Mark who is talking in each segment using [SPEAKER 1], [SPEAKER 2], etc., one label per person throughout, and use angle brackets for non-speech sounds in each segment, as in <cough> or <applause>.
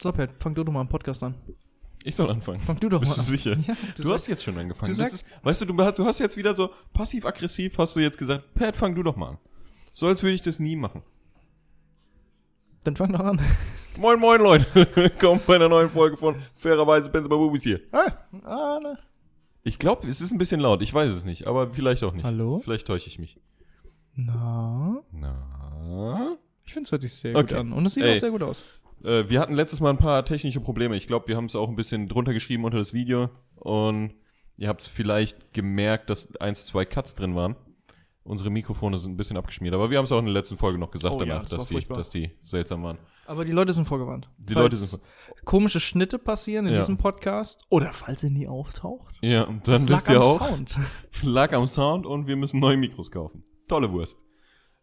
[SPEAKER 1] Slophead, fang du doch mal einen Podcast an.
[SPEAKER 2] Ich soll anfangen.
[SPEAKER 1] Fang du doch
[SPEAKER 2] Bist
[SPEAKER 1] mal
[SPEAKER 2] du
[SPEAKER 1] an.
[SPEAKER 2] sicher?
[SPEAKER 1] Ja,
[SPEAKER 2] du
[SPEAKER 1] du
[SPEAKER 2] hast
[SPEAKER 1] sagst-
[SPEAKER 2] jetzt schon angefangen.
[SPEAKER 1] du
[SPEAKER 2] das
[SPEAKER 1] sagst-
[SPEAKER 2] ist, weißt du, du, hast- du hast jetzt wieder so passiv-aggressiv hast du jetzt gesagt, Pat, fang du doch mal an. So als würde ich das nie machen.
[SPEAKER 1] Dann fang doch an.
[SPEAKER 2] Moin, moin, Leute. <laughs> Willkommen bei einer neuen Folge von Fairerweise Benz bei Bubis hier. Hi.
[SPEAKER 1] Ah, ne.
[SPEAKER 2] Ich glaube, es ist ein bisschen laut. Ich weiß es nicht, aber vielleicht auch nicht.
[SPEAKER 1] Hallo?
[SPEAKER 2] Vielleicht täusche ich mich.
[SPEAKER 1] Na,
[SPEAKER 2] Na?
[SPEAKER 1] ich finde es hört sich sehr gut
[SPEAKER 2] Okay.
[SPEAKER 1] an. Und es sieht
[SPEAKER 2] Ey.
[SPEAKER 1] auch sehr gut aus.
[SPEAKER 2] Äh, wir hatten letztes Mal ein paar technische Probleme. Ich glaube, wir haben es auch ein bisschen drunter geschrieben unter das Video. Und ihr habt es vielleicht gemerkt, dass eins, zwei Cuts drin waren. Unsere Mikrofone sind ein bisschen abgeschmiert. Aber wir haben es auch in der letzten Folge noch gesagt
[SPEAKER 1] Oh ja,
[SPEAKER 2] danach,
[SPEAKER 1] das war
[SPEAKER 2] dass, die,
[SPEAKER 1] furchtbar.
[SPEAKER 2] dass die seltsam waren.
[SPEAKER 1] Aber die Leute sind vorgewarnt.
[SPEAKER 2] Die
[SPEAKER 1] Falls
[SPEAKER 2] Leute sind.
[SPEAKER 1] komische Schnitte passieren in
[SPEAKER 2] Ja.
[SPEAKER 1] diesem Podcast oder falls er nie auftaucht.
[SPEAKER 2] Ja, und dann
[SPEAKER 1] das
[SPEAKER 2] wisst
[SPEAKER 1] lag
[SPEAKER 2] ihr
[SPEAKER 1] am
[SPEAKER 2] auch, <laughs>
[SPEAKER 1] Sound.
[SPEAKER 2] lag am Sound und wir müssen neue Mikros kaufen. Tolle Wurst.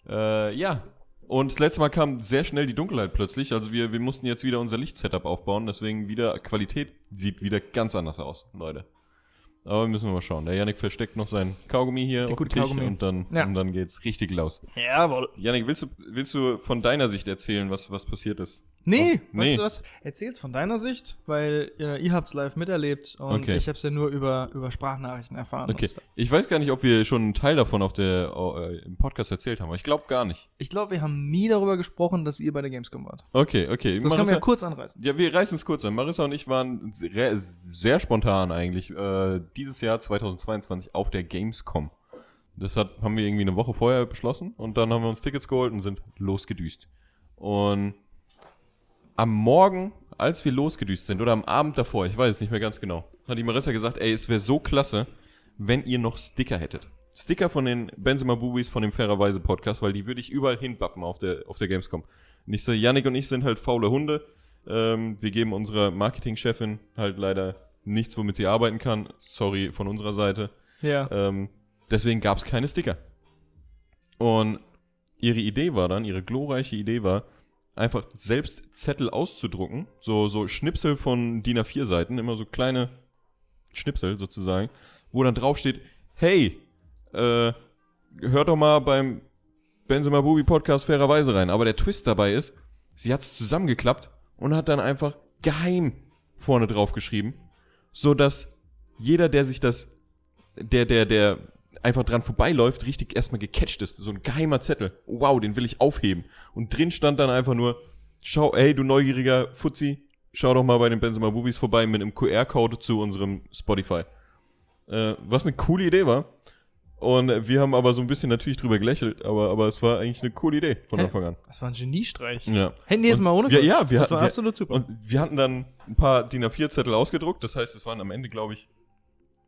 [SPEAKER 2] Äh, ja. Und das letzte Mal kam sehr schnell die Dunkelheit plötzlich. Also wir, wir mussten jetzt wieder unser Lichtsetup aufbauen. Deswegen wieder Qualität sieht wieder ganz anders aus, Leute. Aber müssen wir mal schauen. Der Yannick versteckt noch sein Kaugummi hier
[SPEAKER 1] Der
[SPEAKER 2] auf dem
[SPEAKER 1] gute
[SPEAKER 2] Tisch
[SPEAKER 1] Kaugummi.
[SPEAKER 2] und dann,
[SPEAKER 1] Ja.
[SPEAKER 2] und dann geht's richtig los.
[SPEAKER 1] Jawohl.
[SPEAKER 2] Yannick, willst du, willst du von deiner Sicht erzählen, was, was passiert ist?
[SPEAKER 1] Nee,
[SPEAKER 2] Oh,
[SPEAKER 1] weißt
[SPEAKER 2] nee.
[SPEAKER 1] du was? Erzähl's von deiner Sicht, weil äh, ihr habt's live miterlebt und
[SPEAKER 2] Okay.
[SPEAKER 1] ich hab's ja nur über, über Sprachnachrichten erfahren.
[SPEAKER 2] Okay.
[SPEAKER 1] Und
[SPEAKER 2] Ich weiß gar nicht, ob wir schon einen Teil davon auf der, äh, im Podcast erzählt haben, aber ich glaube gar nicht.
[SPEAKER 1] Ich glaube, wir haben nie darüber gesprochen, dass ihr bei der Gamescom wart.
[SPEAKER 2] Okay, okay.
[SPEAKER 1] Das können wir ja kurz anreißen.
[SPEAKER 2] Ja, wir reißen es kurz an. Marissa und ich waren sehr, sehr spontan eigentlich äh, dieses Jahr 2022 auf der Gamescom. Das hat, haben wir irgendwie eine Woche vorher beschlossen und dann haben wir uns Tickets geholt und sind losgedüst. Und am Morgen, als wir losgedüst sind oder am Abend davor, ich weiß es nicht mehr ganz genau, hat die Marissa gesagt, ey, es wäre so klasse, wenn ihr noch Sticker hättet. Sticker von den Benzema Bubis von dem Fairerweise Podcast, weil die würde ich überall hinbappen auf der, auf der Gamescom. Und ich so, Yannick und ich sind halt faule Hunde. Ähm, wir geben unserer Marketingchefin halt leider nichts, womit sie arbeiten kann. Sorry von unserer Seite.
[SPEAKER 1] Ja.
[SPEAKER 2] Ähm, deswegen gab es keine Sticker. Und ihre Idee war dann, ihre glorreiche Idee war, einfach selbst Zettel auszudrucken, so, so Schnipsel von DIN A4-Seiten, immer so kleine Schnipsel sozusagen, wo dann draufsteht, hey, äh, hört doch mal beim Benzema Bubi Podcast fairerweise rein. Aber der Twist dabei ist, sie hat es zusammengeklappt und hat dann einfach geheim vorne drauf geschrieben, sodass jeder, der sich das der, der, der einfach dran vorbeiläuft, richtig erstmal gecatcht ist. So ein geheimer Zettel. Wow, den will ich aufheben. Und drin stand dann einfach nur, schau, ey, du neugieriger Fuzzi, schau doch mal bei den Benzema Bubis vorbei mit einem QR-Code zu unserem Spotify. Äh, was eine coole Idee war. Und äh, wir haben aber so ein bisschen natürlich drüber gelächelt, aber, aber es war eigentlich eine coole Idee von
[SPEAKER 1] Hä?
[SPEAKER 2] Anfang an.
[SPEAKER 1] Das war ein Geniestreich.
[SPEAKER 2] Ja.
[SPEAKER 1] Hätten die jetzt
[SPEAKER 2] Und
[SPEAKER 1] mal ohne
[SPEAKER 2] wir,
[SPEAKER 1] Quatsch.
[SPEAKER 2] Ja, wir
[SPEAKER 1] Das
[SPEAKER 2] hatten,
[SPEAKER 1] war
[SPEAKER 2] wir,
[SPEAKER 1] absolut super.
[SPEAKER 2] und wir hatten dann ein paar DIN A4-Zettel ausgedruckt. Das heißt, es waren am Ende, glaube ich,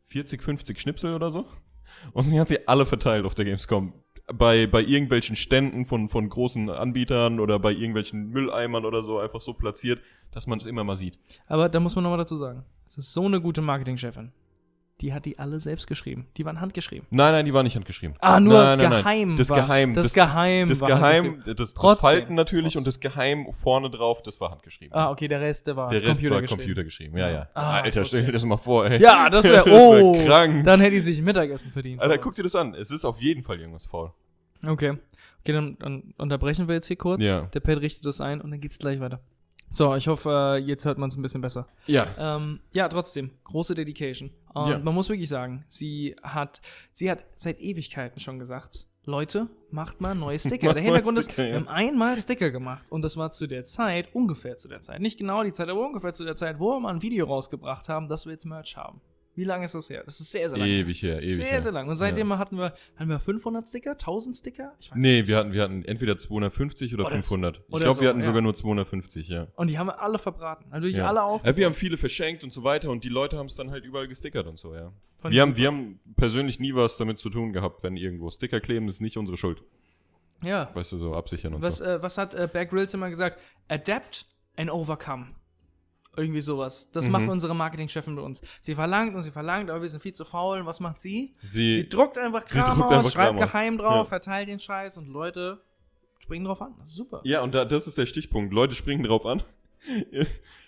[SPEAKER 2] 40, 50 Schnipsel oder so. Und sie hat sie alle verteilt auf der Gamescom. Bei, bei irgendwelchen Ständen von, von großen Anbietern oder bei irgendwelchen Mülleimern oder so einfach so platziert, dass man es immer mal sieht.
[SPEAKER 1] Aber da muss man nochmal dazu sagen, es ist so eine gute Marketingchefin. Die hat die alle selbst geschrieben. Die waren handgeschrieben.
[SPEAKER 2] Nein, nein, die war nicht handgeschrieben.
[SPEAKER 1] Ah, nur
[SPEAKER 2] nein, nein,
[SPEAKER 1] geheim.
[SPEAKER 2] Nein. Das
[SPEAKER 1] war,
[SPEAKER 2] Geheim.
[SPEAKER 1] Das, Geheim.
[SPEAKER 2] das
[SPEAKER 1] war
[SPEAKER 2] Geheim,
[SPEAKER 1] handgeschrieben.
[SPEAKER 2] das, das
[SPEAKER 1] Trotzdem.
[SPEAKER 2] Falten natürlich und das Geheim vorne drauf, das war handgeschrieben.
[SPEAKER 1] Ah, okay, der Rest, der war
[SPEAKER 2] Der Rest war
[SPEAKER 1] geschrieben.
[SPEAKER 2] Computer geschrieben, ja, ja.
[SPEAKER 1] Ah,
[SPEAKER 2] Alter, stell dir
[SPEAKER 1] okay.
[SPEAKER 2] das mal vor, ey. <laughs>
[SPEAKER 1] Ja, das wäre.
[SPEAKER 2] Das wär
[SPEAKER 1] Oh,
[SPEAKER 2] krank.
[SPEAKER 1] dann hätte die sich Mittagessen verdient.
[SPEAKER 2] Alter, guck dir das an. Es ist auf jeden Fall irgendwas faul.
[SPEAKER 1] Okay. Okay, dann, dann unterbrechen wir jetzt hier kurz.
[SPEAKER 2] Ja.
[SPEAKER 1] Der Pad richtet das ein und dann geht's gleich weiter. So, ich hoffe, äh, jetzt hört man es ein bisschen besser.
[SPEAKER 2] Ja.
[SPEAKER 1] Ähm, ja, trotzdem, große Dedication. Und
[SPEAKER 2] Ja.
[SPEAKER 1] man muss wirklich sagen, sie hat, sie hat seit Ewigkeiten schon gesagt, Leute, macht mal
[SPEAKER 2] <laughs>
[SPEAKER 1] neue Sticker.
[SPEAKER 2] Macht
[SPEAKER 1] der Hintergrund
[SPEAKER 2] neue
[SPEAKER 1] ist,
[SPEAKER 2] Sticker, ja.
[SPEAKER 1] wir haben einmal Sticker gemacht und das war zu der Zeit, ungefähr zu der Zeit, nicht genau die Zeit, aber ungefähr zu der Zeit, wo wir mal ein Video rausgebracht haben, dass wir jetzt Merch haben. Wie lange ist das her? Das ist sehr, sehr lange.
[SPEAKER 2] Ewig her, ewig
[SPEAKER 1] sehr,
[SPEAKER 2] her.
[SPEAKER 1] sehr lang. Und seitdem hatten, wir, hatten wir 500 Sticker, 1000 Sticker? Ich weiß nicht.
[SPEAKER 2] Nee, wir hatten, wir hatten entweder 250 oder
[SPEAKER 1] Oder so.
[SPEAKER 2] 500. Ich
[SPEAKER 1] Oder
[SPEAKER 2] glaube,
[SPEAKER 1] so,
[SPEAKER 2] wir hatten
[SPEAKER 1] ja.
[SPEAKER 2] sogar nur 250, ja.
[SPEAKER 1] Und die haben wir alle verbraten. Also durch
[SPEAKER 2] ja.
[SPEAKER 1] alle auf.
[SPEAKER 2] Ja, wir haben viele verschenkt und so weiter und die Leute haben es dann halt überall gestickert und so, ja.
[SPEAKER 1] Fand ich
[SPEAKER 2] Wir haben,
[SPEAKER 1] super.
[SPEAKER 2] wir haben persönlich nie was damit zu tun gehabt, wenn irgendwo Sticker kleben, das ist nicht unsere Schuld.
[SPEAKER 1] Ja.
[SPEAKER 2] Weißt du, so absichern und
[SPEAKER 1] Was,
[SPEAKER 2] so.
[SPEAKER 1] äh, was hat äh, Bear Grylls immer gesagt? Adapt and overcome. Irgendwie sowas. Das
[SPEAKER 2] Mhm.
[SPEAKER 1] macht unsere Marketingchefin mit uns. Sie verlangt und sie verlangt, aber wir sind viel zu faul. Und was macht sie?
[SPEAKER 2] Sie,
[SPEAKER 1] Sie druckt einfach
[SPEAKER 2] sie
[SPEAKER 1] Kram
[SPEAKER 2] druckt
[SPEAKER 1] aus,
[SPEAKER 2] einfach
[SPEAKER 1] schreibt
[SPEAKER 2] Kram aus.
[SPEAKER 1] geheim drauf,
[SPEAKER 2] Ja.
[SPEAKER 1] verteilt den Scheiß und Leute springen drauf an. Das ist super.
[SPEAKER 2] Ja, und da, das ist der Stichpunkt. Leute springen drauf an.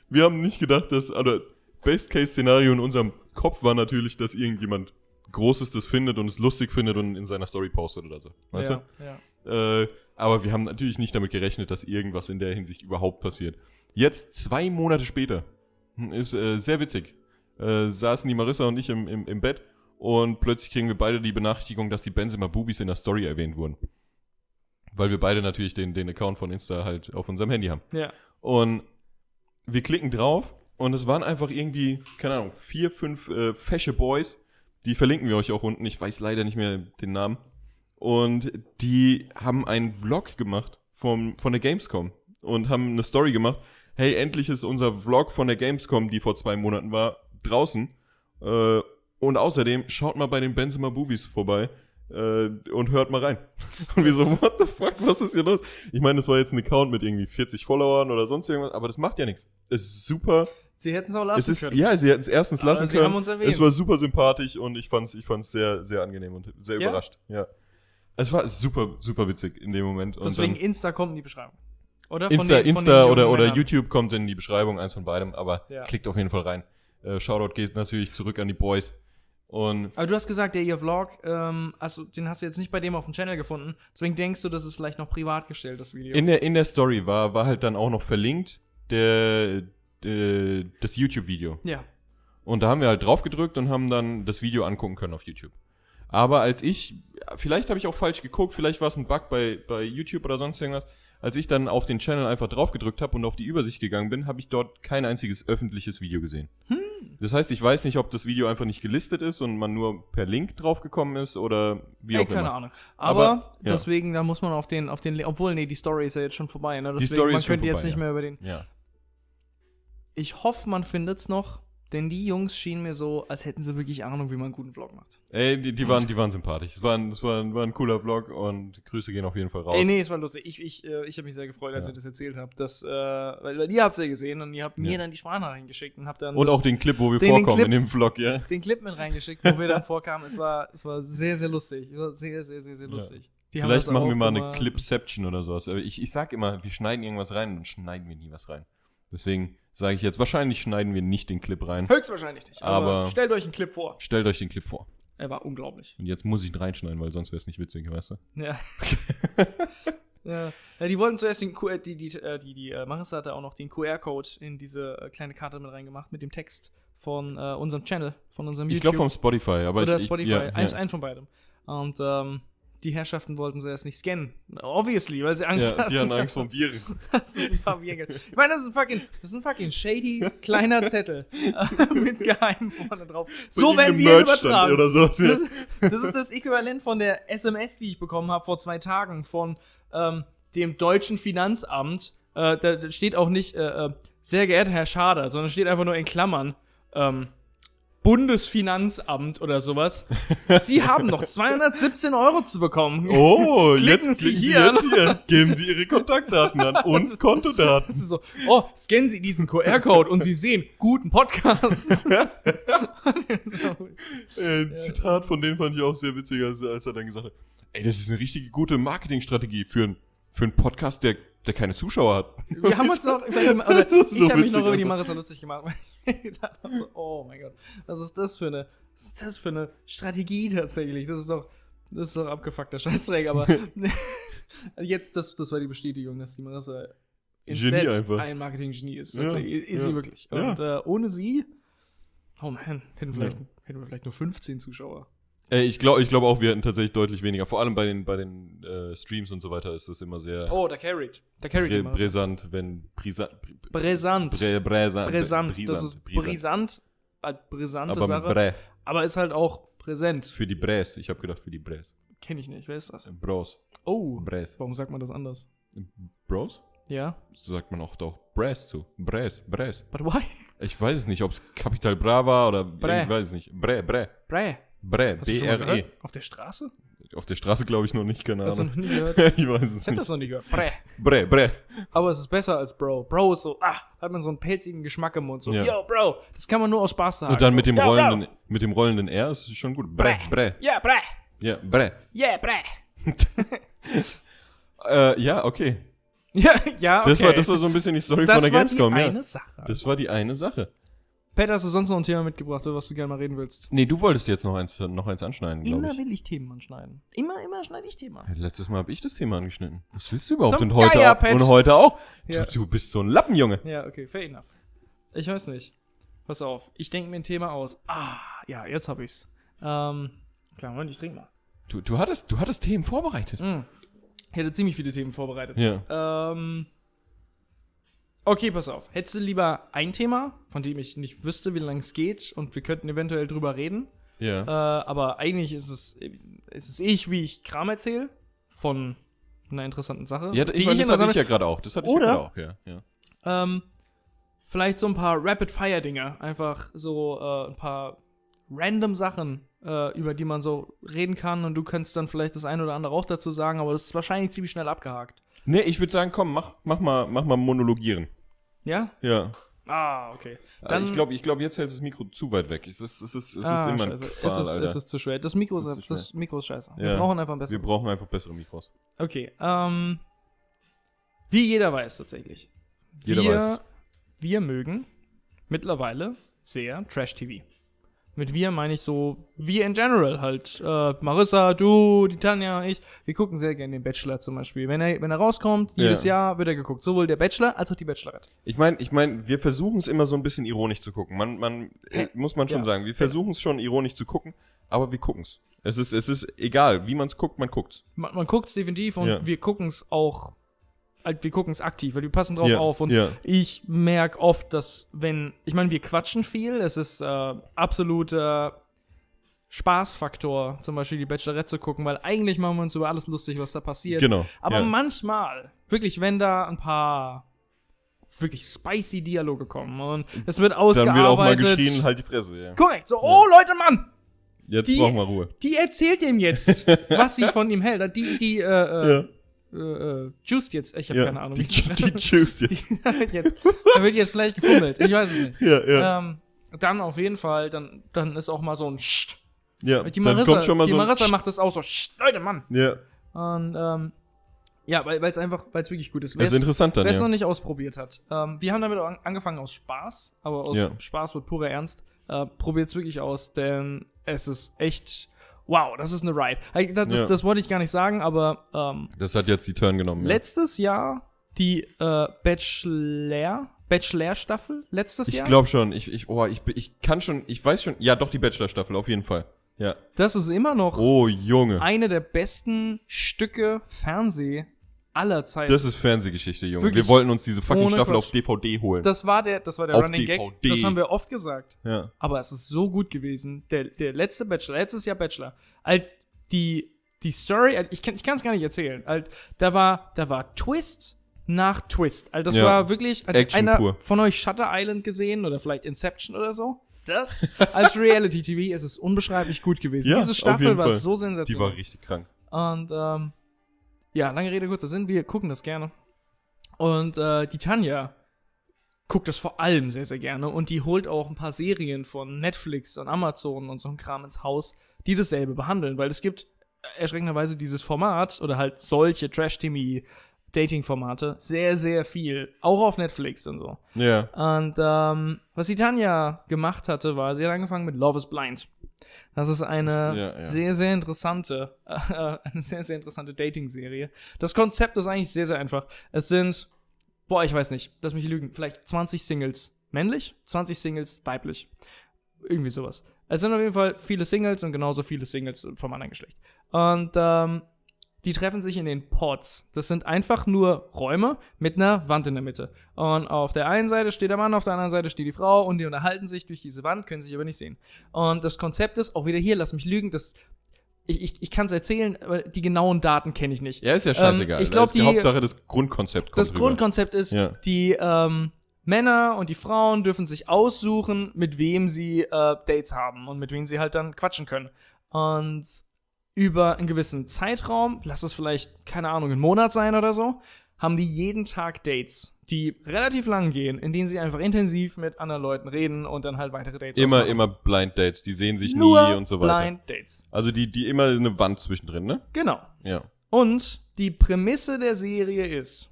[SPEAKER 2] Wir haben nicht gedacht, dass, also Best-Case-Szenario in unserem Kopf war natürlich, dass irgendjemand Großes das findet und es lustig findet und in seiner Story postet oder so. Weißt
[SPEAKER 1] ja, ja.
[SPEAKER 2] du? Äh, Aber wir haben natürlich nicht damit gerechnet, dass irgendwas in der Hinsicht überhaupt passiert. Jetzt, zwei Monate später, ist äh, sehr witzig, äh, saßen die Marissa und ich im, im, im Bett und plötzlich kriegen wir beide die Benachrichtigung, dass die Benzema Boobies in der Story erwähnt wurden. Weil wir beide natürlich den, den Account von Insta halt auf unserem Handy haben.
[SPEAKER 1] Ja.
[SPEAKER 2] Und wir klicken drauf und es waren einfach irgendwie, keine Ahnung, vier, fünf äh, fesche Boys. Die verlinken wir euch auch unten. Ich weiß leider nicht mehr den Namen. Und die haben einen Vlog gemacht vom, von der Gamescom und haben eine Story gemacht. Hey, endlich ist unser Vlog von der Gamescom, die vor zwei Monaten war, draußen. Äh, und außerdem schaut mal bei den Benzema Boobies vorbei äh, und hört mal rein. <laughs> Und wir so, what the fuck, was ist hier los? Ich meine, das war jetzt ein Account mit irgendwie 40 Followern oder sonst irgendwas, aber das macht ja nichts. Es ist super.
[SPEAKER 1] Sie hätten es auch lassen
[SPEAKER 2] es ist,
[SPEAKER 1] können.
[SPEAKER 2] ja, sie hätten es erstens
[SPEAKER 1] Aber
[SPEAKER 2] lassen
[SPEAKER 1] sie haben
[SPEAKER 2] können.
[SPEAKER 1] uns erwähnt.
[SPEAKER 2] Es war super sympathisch und ich fand es ich fand's sehr, sehr angenehm und sehr
[SPEAKER 1] Ja?
[SPEAKER 2] überrascht. Ja. Es war super, super witzig in dem Moment. Und
[SPEAKER 1] Deswegen
[SPEAKER 2] dann
[SPEAKER 1] Insta kommt in die Beschreibung. Oder?
[SPEAKER 2] Insta,
[SPEAKER 1] den- den
[SPEAKER 2] Insta
[SPEAKER 1] jungen
[SPEAKER 2] oder, oder
[SPEAKER 1] Männern.
[SPEAKER 2] YouTube kommt in die Beschreibung, eins von beidem, aber
[SPEAKER 1] Ja.
[SPEAKER 2] klickt auf jeden Fall rein. Äh, Shoutout geht natürlich zurück an die Boys. Und
[SPEAKER 1] Aber du hast gesagt, der ihr Vlog, ähm, also den hast du jetzt nicht bei dem auf dem Channel gefunden. Deswegen denkst du, das ist vielleicht noch privat gestellt, das Video.
[SPEAKER 2] In der, in der Story war, war halt dann auch noch verlinkt der, der, das YouTube-Video.
[SPEAKER 1] ja.
[SPEAKER 2] Und da haben wir halt drauf gedrückt und haben dann das Video angucken können auf YouTube. Aber als ich, vielleicht habe ich auch falsch geguckt, vielleicht war es ein Bug bei, bei YouTube oder sonst irgendwas. Als ich dann auf den Channel einfach drauf gedrückt habe und auf die Übersicht gegangen bin, habe ich dort kein einziges öffentliches Video gesehen. Das heißt, ich weiß nicht, ob das Video einfach nicht gelistet ist und man nur per Link draufgekommen ist oder wie
[SPEAKER 1] Ey,
[SPEAKER 2] auch immer.
[SPEAKER 1] keine Ahnung. Aber,
[SPEAKER 2] Aber, ja.
[SPEAKER 1] deswegen, da muss man auf den, auf den, obwohl, nee, die Story ist ja jetzt schon vorbei, ne? Deswegen,
[SPEAKER 2] Story
[SPEAKER 1] man
[SPEAKER 2] ist schon
[SPEAKER 1] könnte jetzt
[SPEAKER 2] vorbei,
[SPEAKER 1] nicht
[SPEAKER 2] ja.
[SPEAKER 1] mehr über den.
[SPEAKER 2] Ja.
[SPEAKER 1] Ich hoffe, man findet's noch, denn die Jungs schienen mir so, als hätten sie wirklich Ahnung, wie man einen guten Vlog macht.
[SPEAKER 2] Ey, die, die, waren, die waren sympathisch. Es war, ein, es war, ein, war ein cooler Vlog und Grüße gehen auf jeden Fall raus.
[SPEAKER 1] Ey, nee, es war lustig. Ich, ich, äh, ich habe mich sehr gefreut, als
[SPEAKER 2] Ja.
[SPEAKER 1] ihr das erzählt habt. Dass, äh, weil, weil ihr habt's ja gesehen und ihr habt mir
[SPEAKER 2] Ja.
[SPEAKER 1] dann die Sprachnachrichten geschickt und habt dann
[SPEAKER 2] und
[SPEAKER 1] das,
[SPEAKER 2] auch den Clip, wo wir
[SPEAKER 1] Den- den
[SPEAKER 2] vorkommen
[SPEAKER 1] Clip-
[SPEAKER 2] in dem Vlog, ja.
[SPEAKER 1] den Clip mit reingeschickt, wo
[SPEAKER 2] <laughs>
[SPEAKER 1] wir dann vorkamen. Es war, es war sehr, sehr lustig. Es war sehr, sehr, sehr, sehr
[SPEAKER 2] Ja.
[SPEAKER 1] lustig. Die haben
[SPEAKER 2] Vielleicht
[SPEAKER 1] das
[SPEAKER 2] machen wir mal eine
[SPEAKER 1] aufgemacht.
[SPEAKER 2] Clipception oder sowas. Aber Ich, ich sag immer, wir schneiden irgendwas rein und schneiden wir nie was rein. Deswegen sage ich jetzt, wahrscheinlich schneiden wir nicht den Clip rein.
[SPEAKER 1] Höchstwahrscheinlich nicht.
[SPEAKER 2] Aber-
[SPEAKER 1] stellt euch einen Clip vor.
[SPEAKER 2] Stellt euch den Clip vor.
[SPEAKER 1] Er war unglaublich.
[SPEAKER 2] Und jetzt muss ich ihn reinschneiden, weil sonst wäre es nicht witzig, weißt du? <laughs>
[SPEAKER 1] Ja. ja. ja. Die wollten zuerst den QR, die, die, äh, die, die äh, Marissa hatte auch noch den QR-Code in diese äh, kleine Karte mit reingemacht mit dem Text von äh, unserem Channel, von unserem
[SPEAKER 2] Ich glaube vom Spotify, aber
[SPEAKER 1] Oder
[SPEAKER 2] ich, ich,
[SPEAKER 1] Spotify,
[SPEAKER 2] ja, ja.
[SPEAKER 1] eins, ein von beidem. Und ähm, die Herrschaften wollten sie erst nicht scannen. Obviously, weil sie Angst
[SPEAKER 2] ja,
[SPEAKER 1] hatten.
[SPEAKER 2] die
[SPEAKER 1] <laughs>
[SPEAKER 2] haben Angst vor Viren.
[SPEAKER 1] Das ist ein paar Wirgel. Ich meine, das ist ein fucking, das ist ein fucking shady kleiner Zettel <laughs> äh, mit Geheim vorne drauf. So
[SPEAKER 2] Mit
[SPEAKER 1] werden
[SPEAKER 2] irgendeinem
[SPEAKER 1] wir ihn
[SPEAKER 2] Merch dann
[SPEAKER 1] übertragen.
[SPEAKER 2] Oder
[SPEAKER 1] Das,
[SPEAKER 2] so.
[SPEAKER 1] das ist das Äquivalent von der SMS, die ich bekommen habe vor zwei Tagen von ähm, dem deutschen Finanzamt. Äh, da, da steht auch nicht, äh, äh, sehr geehrter Herr Schader, sondern steht einfach nur in Klammern. Ähm, Bundesfinanzamt oder sowas. Sie haben noch 217 Euro zu bekommen.
[SPEAKER 2] <laughs> Oh,
[SPEAKER 1] Klicken
[SPEAKER 2] jetzt
[SPEAKER 1] Sie
[SPEAKER 2] klicken Sie
[SPEAKER 1] hier an.
[SPEAKER 2] jetzt hier. Geben Sie Ihre Kontaktdaten
[SPEAKER 1] <laughs>
[SPEAKER 2] an
[SPEAKER 1] Das
[SPEAKER 2] und
[SPEAKER 1] ist- <laughs> <laughs>
[SPEAKER 2] Kontodaten.
[SPEAKER 1] Das ist so, oh, scannen Sie diesen QR-Code und Sie sehen guten Podcast.
[SPEAKER 2] Äh, Zitat von denen fand ich auch sehr witzig, als, als er dann gesagt hat, ey, das ist eine richtige gute Marketingstrategie für, einen- für einen Podcast, der, der keine Zuschauer hat.
[SPEAKER 1] <laughs> Wir haben uns noch über die, oder ich
[SPEAKER 2] <laughs> So
[SPEAKER 1] habe mich
[SPEAKER 2] witzig
[SPEAKER 1] noch über die
[SPEAKER 2] einfach.
[SPEAKER 1] Marissa lustig gemacht, <laughs> weil ich mir gedacht habe, so, oh mein Gott, was ist das für eine, was ist das für eine Strategie tatsächlich? Das ist doch, das ist doch abgefuckter Scheißdreck,
[SPEAKER 2] <laughs>
[SPEAKER 1] aber <laughs> jetzt, das, das war die Bestätigung, dass die Marissa
[SPEAKER 2] Genie einfach.
[SPEAKER 1] ein Marketing-Genie ist.
[SPEAKER 2] Ja,
[SPEAKER 1] tatsächlich. ist
[SPEAKER 2] ja,
[SPEAKER 1] sie wirklich.
[SPEAKER 2] ja.
[SPEAKER 1] Und äh, ohne sie, oh man, hätten,
[SPEAKER 2] Ja.
[SPEAKER 1] vielleicht, hätten wir vielleicht nur 15 Zuschauer.
[SPEAKER 2] Äh, ich glaube ich glaub auch, wir hatten tatsächlich deutlich weniger. Vor allem bei den, bei den äh, Streams und so weiter ist das immer sehr
[SPEAKER 1] Oh, der carried. Der carried die
[SPEAKER 2] brä
[SPEAKER 1] Marissa.
[SPEAKER 2] brisant, wenn brisa br-
[SPEAKER 1] Brisant.
[SPEAKER 2] brä bräsant,
[SPEAKER 1] Brisant. Das ist brisant. äh, Brisante
[SPEAKER 2] Aber
[SPEAKER 1] Sache.
[SPEAKER 2] Brä,
[SPEAKER 1] aber ist halt auch präsent.
[SPEAKER 2] für die Bräs. Ich habe gedacht, für die Bräs.
[SPEAKER 1] Kenne ich nicht. Wer ist das?
[SPEAKER 2] Bros.
[SPEAKER 1] Oh,
[SPEAKER 2] Bräs.
[SPEAKER 1] warum sagt man das anders?
[SPEAKER 2] Bros?
[SPEAKER 1] Ja,
[SPEAKER 2] So sagt man auch doch Bräs zu. Bräs, Bräs.
[SPEAKER 1] but why? <laughs>
[SPEAKER 2] Ich weiß es nicht, ob es Capital Bra war oder
[SPEAKER 1] Brä.
[SPEAKER 2] ich weiß es nicht. Brä, Brä,
[SPEAKER 1] Brä.
[SPEAKER 2] Brä,
[SPEAKER 1] Hast du schon mal
[SPEAKER 2] B-R-E. E.
[SPEAKER 1] gehört? Auf der Straße?
[SPEAKER 2] Auf der Straße glaube ich noch nicht, keine
[SPEAKER 1] Hast du noch
[SPEAKER 2] Ahnung.
[SPEAKER 1] nie gehört?
[SPEAKER 2] <laughs> ich weiß
[SPEAKER 1] Ich
[SPEAKER 2] es
[SPEAKER 1] hab
[SPEAKER 2] nicht.
[SPEAKER 1] das noch nie gehört. Brä.
[SPEAKER 2] <laughs> Brä, Brä.
[SPEAKER 1] Aber es ist besser als Bro. Bro ist so, ah, hat man so einen pelzigen Geschmack im Mund. So,
[SPEAKER 2] Ja.
[SPEAKER 1] yo, Bro. Das kann man nur aus Spaß sagen.
[SPEAKER 2] Und dann
[SPEAKER 1] so,
[SPEAKER 2] mit dem
[SPEAKER 1] "Yo, Bro."
[SPEAKER 2] rollenden, mit dem rollenden R ist schon gut. Brä, Brä.
[SPEAKER 1] Ja, Brä.
[SPEAKER 2] Ja, Brä.
[SPEAKER 1] Yeah, Brä.
[SPEAKER 2] Äh, ja, okay.
[SPEAKER 1] <laughs> Ja, ja, okay.
[SPEAKER 2] Das, war, das war so ein bisschen die Story
[SPEAKER 1] Das
[SPEAKER 2] von der
[SPEAKER 1] war
[SPEAKER 2] Gamescom,
[SPEAKER 1] die
[SPEAKER 2] ja.
[SPEAKER 1] eine Sache.
[SPEAKER 2] Das war die eine Sache.
[SPEAKER 1] Pat, hast du sonst noch ein Thema mitgebracht, über was du gerne mal reden willst?
[SPEAKER 2] Nee, du wolltest jetzt noch eins, noch eins anschneiden, glaube
[SPEAKER 1] Immer
[SPEAKER 2] ich.
[SPEAKER 1] will ich Themen anschneiden. Immer, immer schneide ich Themen an.
[SPEAKER 2] Hey, Letztes Mal habe ich das Thema angeschnitten. Was willst du überhaupt?
[SPEAKER 1] Zum
[SPEAKER 2] und, heute
[SPEAKER 1] Geier,
[SPEAKER 2] auch,
[SPEAKER 1] Pat.
[SPEAKER 2] und heute auch?
[SPEAKER 1] Ja.
[SPEAKER 2] Du, du bist so ein Lappenjunge.
[SPEAKER 1] Ja, okay, fair enough. Ich weiß nicht. Pass auf, ich denke mir ein Thema aus. Ah, ja, jetzt hab ich's. Ähm, klar, Moment, ich trink mal.
[SPEAKER 2] Du, du, hattest, du hattest Themen vorbereitet.
[SPEAKER 1] Mm. Ich hätte ziemlich viele Themen vorbereitet.
[SPEAKER 2] Ja.
[SPEAKER 1] Ähm, okay, pass auf. Hättest du lieber ein Thema, von dem ich nicht wüsste, wie lange es geht und wir könnten eventuell drüber reden? Äh,
[SPEAKER 2] Ja.
[SPEAKER 1] aber eigentlich ist es, ist es ich, wie ich Kram erzähle von einer interessanten Sache.
[SPEAKER 2] ja,
[SPEAKER 1] die
[SPEAKER 2] ich meine, das
[SPEAKER 1] interessant
[SPEAKER 2] hatte ich ja gerade auch. Das hatte ich
[SPEAKER 1] Oder-
[SPEAKER 2] ja gerade auch, ja. ja.
[SPEAKER 1] Ähm, vielleicht so ein paar Rapid-Fire-Dinger. Einfach so äh, ein paar random Sachen, äh, über die man so reden kann. Und du kannst dann vielleicht das eine oder andere auch dazu sagen, aber das ist wahrscheinlich ziemlich schnell abgehakt.
[SPEAKER 2] Nee, ich würde sagen, komm, mach, mach, mal, mach mal monologieren.
[SPEAKER 1] Ja?
[SPEAKER 2] Ja.
[SPEAKER 1] Ah, okay.
[SPEAKER 2] Dann, Äh, ich glaube, ich glaub, jetzt hält das Mikro zu weit weg. Es ist, es ist, es
[SPEAKER 1] ah,
[SPEAKER 2] ist immer ein
[SPEAKER 1] scheiße.
[SPEAKER 2] Qual,
[SPEAKER 1] es, ist,
[SPEAKER 2] Alter.
[SPEAKER 1] es ist zu schwer. Das Mikro
[SPEAKER 2] Es
[SPEAKER 1] ist,
[SPEAKER 2] ist zu
[SPEAKER 1] das Mikro ist scheiße. Wir
[SPEAKER 2] Ja.
[SPEAKER 1] brauchen einfach ein besseres.
[SPEAKER 2] Wir brauchen einfach bessere Mikros.
[SPEAKER 1] Okay, ähm, wie jeder weiß tatsächlich.
[SPEAKER 2] Jeder
[SPEAKER 1] wir,
[SPEAKER 2] weiß.
[SPEAKER 1] Wir mögen mittlerweile sehr Trash-TV. Mit wir meine ich so, wir in general halt. Äh, Marissa, du, die Tanja, ich. Wir gucken sehr gerne den Bachelor zum Beispiel. Wenn er, wenn er rauskommt,
[SPEAKER 2] Ja.
[SPEAKER 1] jedes Jahr wird er geguckt. Sowohl der Bachelor als auch die Bachelorette.
[SPEAKER 2] Ich meine, ich mein, wir versuchen es immer so ein bisschen ironisch zu gucken. Man, man äh,
[SPEAKER 1] Ja.
[SPEAKER 2] muss man schon
[SPEAKER 1] Ja.
[SPEAKER 2] sagen, wir versuchen es schon ironisch zu gucken, aber wir gucken es. Es ist, es ist egal, wie man es guckt, man guckt
[SPEAKER 1] Man, man guckt es definitiv und
[SPEAKER 2] Ja.
[SPEAKER 1] wir gucken es auch, halt, wir gucken es aktiv, weil wir passen drauf
[SPEAKER 2] es. Ja,
[SPEAKER 1] auf und
[SPEAKER 2] ja.
[SPEAKER 1] Ich merke oft, dass wenn, ich meine, wir quatschen viel, es ist äh, absoluter Spaßfaktor, zum Beispiel die Bachelorette zu gucken, weil eigentlich machen wir uns über alles lustig, was da passiert.
[SPEAKER 2] Genau.
[SPEAKER 1] Aber
[SPEAKER 2] ja.
[SPEAKER 1] manchmal, wirklich, wenn da ein paar wirklich spicy Dialoge kommen und es wird
[SPEAKER 2] Dann
[SPEAKER 1] ausgearbeitet.
[SPEAKER 2] wird auch mal geschrien, halt die Fresse. Ja.
[SPEAKER 1] Korrekt, so, oh Leute, Mann,
[SPEAKER 2] Jetzt
[SPEAKER 1] die-
[SPEAKER 2] brauchen wir Ruhe.
[SPEAKER 1] die erzählt ihm jetzt,
[SPEAKER 2] <laughs>
[SPEAKER 1] was sie von ihm hält. Die, die, äh, äh, äh, äh, juiced jetzt, ich habe
[SPEAKER 2] ja.
[SPEAKER 1] keine Ahnung. <laughs>
[SPEAKER 2] Die,
[SPEAKER 1] wie ich-
[SPEAKER 2] die
[SPEAKER 1] <laughs>
[SPEAKER 2] juiced jetzt.
[SPEAKER 1] jetzt, da wird jetzt vielleicht gefummelt, ich weiß es nicht.
[SPEAKER 2] Ja, ja.
[SPEAKER 1] Ähm, dann auf jeden Fall, dann, dann ist auch mal so ein Scht.
[SPEAKER 2] ja.
[SPEAKER 1] Die
[SPEAKER 2] Dann
[SPEAKER 1] Marissa,
[SPEAKER 2] kommt schon mal
[SPEAKER 1] die
[SPEAKER 2] so ein
[SPEAKER 1] Marissa macht das auch so. Scht, Leute, Mann.
[SPEAKER 2] Ja,
[SPEAKER 1] Und ähm, ja, weil es einfach, weil es wirklich gut ist. Wer
[SPEAKER 2] das ist
[SPEAKER 1] es
[SPEAKER 2] interessant dann,
[SPEAKER 1] wer es
[SPEAKER 2] ja.
[SPEAKER 1] noch nicht ausprobiert hat. Ähm, wir haben damit auch an, angefangen aus Spaß, aber aus
[SPEAKER 2] Ja.
[SPEAKER 1] Spaß wird purer Ernst. Äh, Probiert es wirklich aus, denn es ist echt. Wow, das ist eine Ride. Äh, Das, das,
[SPEAKER 2] Ja.
[SPEAKER 1] das wollte ich gar nicht sagen, aber ähm,
[SPEAKER 2] Das hat jetzt die Turn genommen. ja.
[SPEAKER 1] letztes Jahr die äh, Bachelor, Bachelor-Staffel, letztes
[SPEAKER 2] Ich
[SPEAKER 1] Jahr.
[SPEAKER 2] glaube schon. Ich, ich, oh, ich, bin- ich kann schon, ich weiß schon. Ja, doch, die Bachelor-Staffel, auf jeden Fall. Ja.
[SPEAKER 1] das ist immer noch
[SPEAKER 2] Oh,
[SPEAKER 1] <laughs>
[SPEAKER 2] Junge.
[SPEAKER 1] eine der besten Stücke Fernseh aller Zeiten.
[SPEAKER 2] Das ist Fernsehgeschichte, Junge.
[SPEAKER 1] Wirklich.
[SPEAKER 2] Wir wollten uns diese fucking
[SPEAKER 1] Ohne
[SPEAKER 2] Staffel
[SPEAKER 1] Quatsch.
[SPEAKER 2] auf DVD holen.
[SPEAKER 1] Das war der, das war der
[SPEAKER 2] Auf
[SPEAKER 1] Running
[SPEAKER 2] DVD.
[SPEAKER 1] Gag. Das haben wir oft gesagt.
[SPEAKER 2] ja.
[SPEAKER 1] Aber es ist so gut gewesen. Der, der letzte Bachelor, letztes Jahr Bachelor, halt die, die Story, halt, ich kann es gar nicht erzählen. Halt, da war, da war Twist nach Twist. Also das
[SPEAKER 2] Ja.
[SPEAKER 1] war wirklich, hat
[SPEAKER 2] Action
[SPEAKER 1] einer
[SPEAKER 2] pur.
[SPEAKER 1] von euch Shutter Island gesehen oder vielleicht Inception oder so? Das als
[SPEAKER 2] <laughs>
[SPEAKER 1] Reality TV ist es unbeschreiblich gut gewesen.
[SPEAKER 2] Ja,
[SPEAKER 1] Diese
[SPEAKER 2] auf
[SPEAKER 1] Staffel
[SPEAKER 2] jeden
[SPEAKER 1] war
[SPEAKER 2] Fall.
[SPEAKER 1] so
[SPEAKER 2] Die
[SPEAKER 1] sensationell.
[SPEAKER 2] war richtig krank.
[SPEAKER 1] Und ähm, ja, lange Rede, kurzer Sinn, wir gucken das gerne. Und äh, die Tanja guckt das vor allem sehr, sehr gerne. Und die holt auch ein paar Serien von Netflix und Amazon und so ein Kram ins Haus, die dasselbe behandeln. Weil es gibt äh, erschreckenderweise dieses Format oder halt solche Trash-Timmy-Dating-Formate sehr, sehr viel. Auch auf Netflix und so.
[SPEAKER 2] Ja.
[SPEAKER 1] Und ähm, was die Tanja gemacht hatte, war, sie hat angefangen mit Love is Blind. Das ist eine
[SPEAKER 2] Das- ja, ja.
[SPEAKER 1] sehr, sehr interessante, <laughs> äh, eine sehr, sehr interessante Dating-Serie. Das Konzept ist eigentlich sehr, sehr einfach. Es sind, boah, ich weiß nicht, lass mich lügen, vielleicht 20 Singles männlich, 20 Singles weiblich. Irgendwie sowas. Es sind auf jeden Fall viele Singles und genauso viele Singles vom anderen Geschlecht. Und ähm, die treffen sich in den Pods. Das sind einfach nur Räume mit einer Wand in der Mitte. Und auf der einen Seite steht der Mann, auf der anderen Seite steht die Frau und die unterhalten sich durch diese Wand, können sich aber nicht sehen. Und das Konzept ist, auch wieder hier, lass mich lügen, das, ich, ich, ich kann es erzählen, aber die genauen Daten kenne ich nicht.
[SPEAKER 2] Ja, ist ja scheißegal.
[SPEAKER 1] Ähm, ich glaub,
[SPEAKER 2] Das ist die
[SPEAKER 1] die-
[SPEAKER 2] Hauptsache das Grundkonzept kommt
[SPEAKER 1] Das
[SPEAKER 2] rüber.
[SPEAKER 1] Grundkonzept ist,
[SPEAKER 2] Ja.
[SPEAKER 1] die ähm, Männer und die Frauen dürfen sich aussuchen, mit wem sie äh, Dates haben und mit wem sie halt dann quatschen können. Und über einen gewissen Zeitraum, lass es vielleicht, keine Ahnung, einen Monat sein oder so, haben die jeden Tag Dates, die relativ lang gehen, in denen sie einfach intensiv mit anderen Leuten reden und dann halt weitere Dates
[SPEAKER 2] Immer,
[SPEAKER 1] ausmachen.
[SPEAKER 2] immer Blind Dates. Die sehen sich
[SPEAKER 1] Nur
[SPEAKER 2] nie und so weiter.
[SPEAKER 1] Blind Dates.
[SPEAKER 2] Also die, die immer eine Wand zwischendrin, ne?
[SPEAKER 1] Genau.
[SPEAKER 2] Ja.
[SPEAKER 1] Und die Prämisse der Serie ist,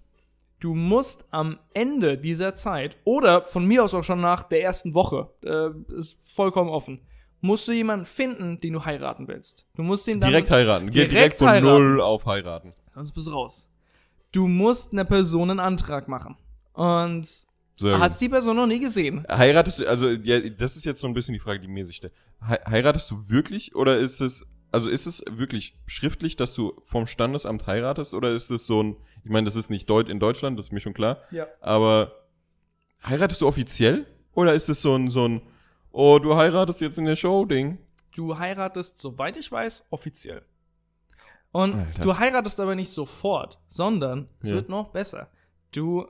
[SPEAKER 1] du musst am Ende dieser Zeit oder von mir aus auch schon nach der ersten Woche, äh, ist vollkommen offen, musst du jemanden finden, den du heiraten willst. Du musst den dann
[SPEAKER 2] Direkt heiraten. Geht direkt
[SPEAKER 1] Direkt
[SPEAKER 2] von
[SPEAKER 1] heiraten.
[SPEAKER 2] null auf heiraten.
[SPEAKER 1] sonst bist du raus. Du musst einer Person einen Antrag machen. Und
[SPEAKER 2] Sehr gut.
[SPEAKER 1] hast die Person noch nie gesehen.
[SPEAKER 2] Heiratest du, also ja, das ist jetzt so ein bisschen die Frage, die mir sich stellt. Hei- Heiratest du wirklich oder ist es, also ist es wirklich schriftlich, dass du vom Standesamt heiratest oder ist es so ein, ich meine, das ist nicht Deut in Deutschland, das ist mir schon klar,
[SPEAKER 1] Ja.
[SPEAKER 2] aber heiratest du offiziell oder ist es so ein, so ein, oh, du heiratest jetzt in der Show-Ding?
[SPEAKER 1] Du heiratest, soweit ich weiß, offiziell. Und
[SPEAKER 2] Alter.
[SPEAKER 1] du heiratest aber nicht sofort, sondern es
[SPEAKER 2] Ja.
[SPEAKER 1] wird noch besser. Du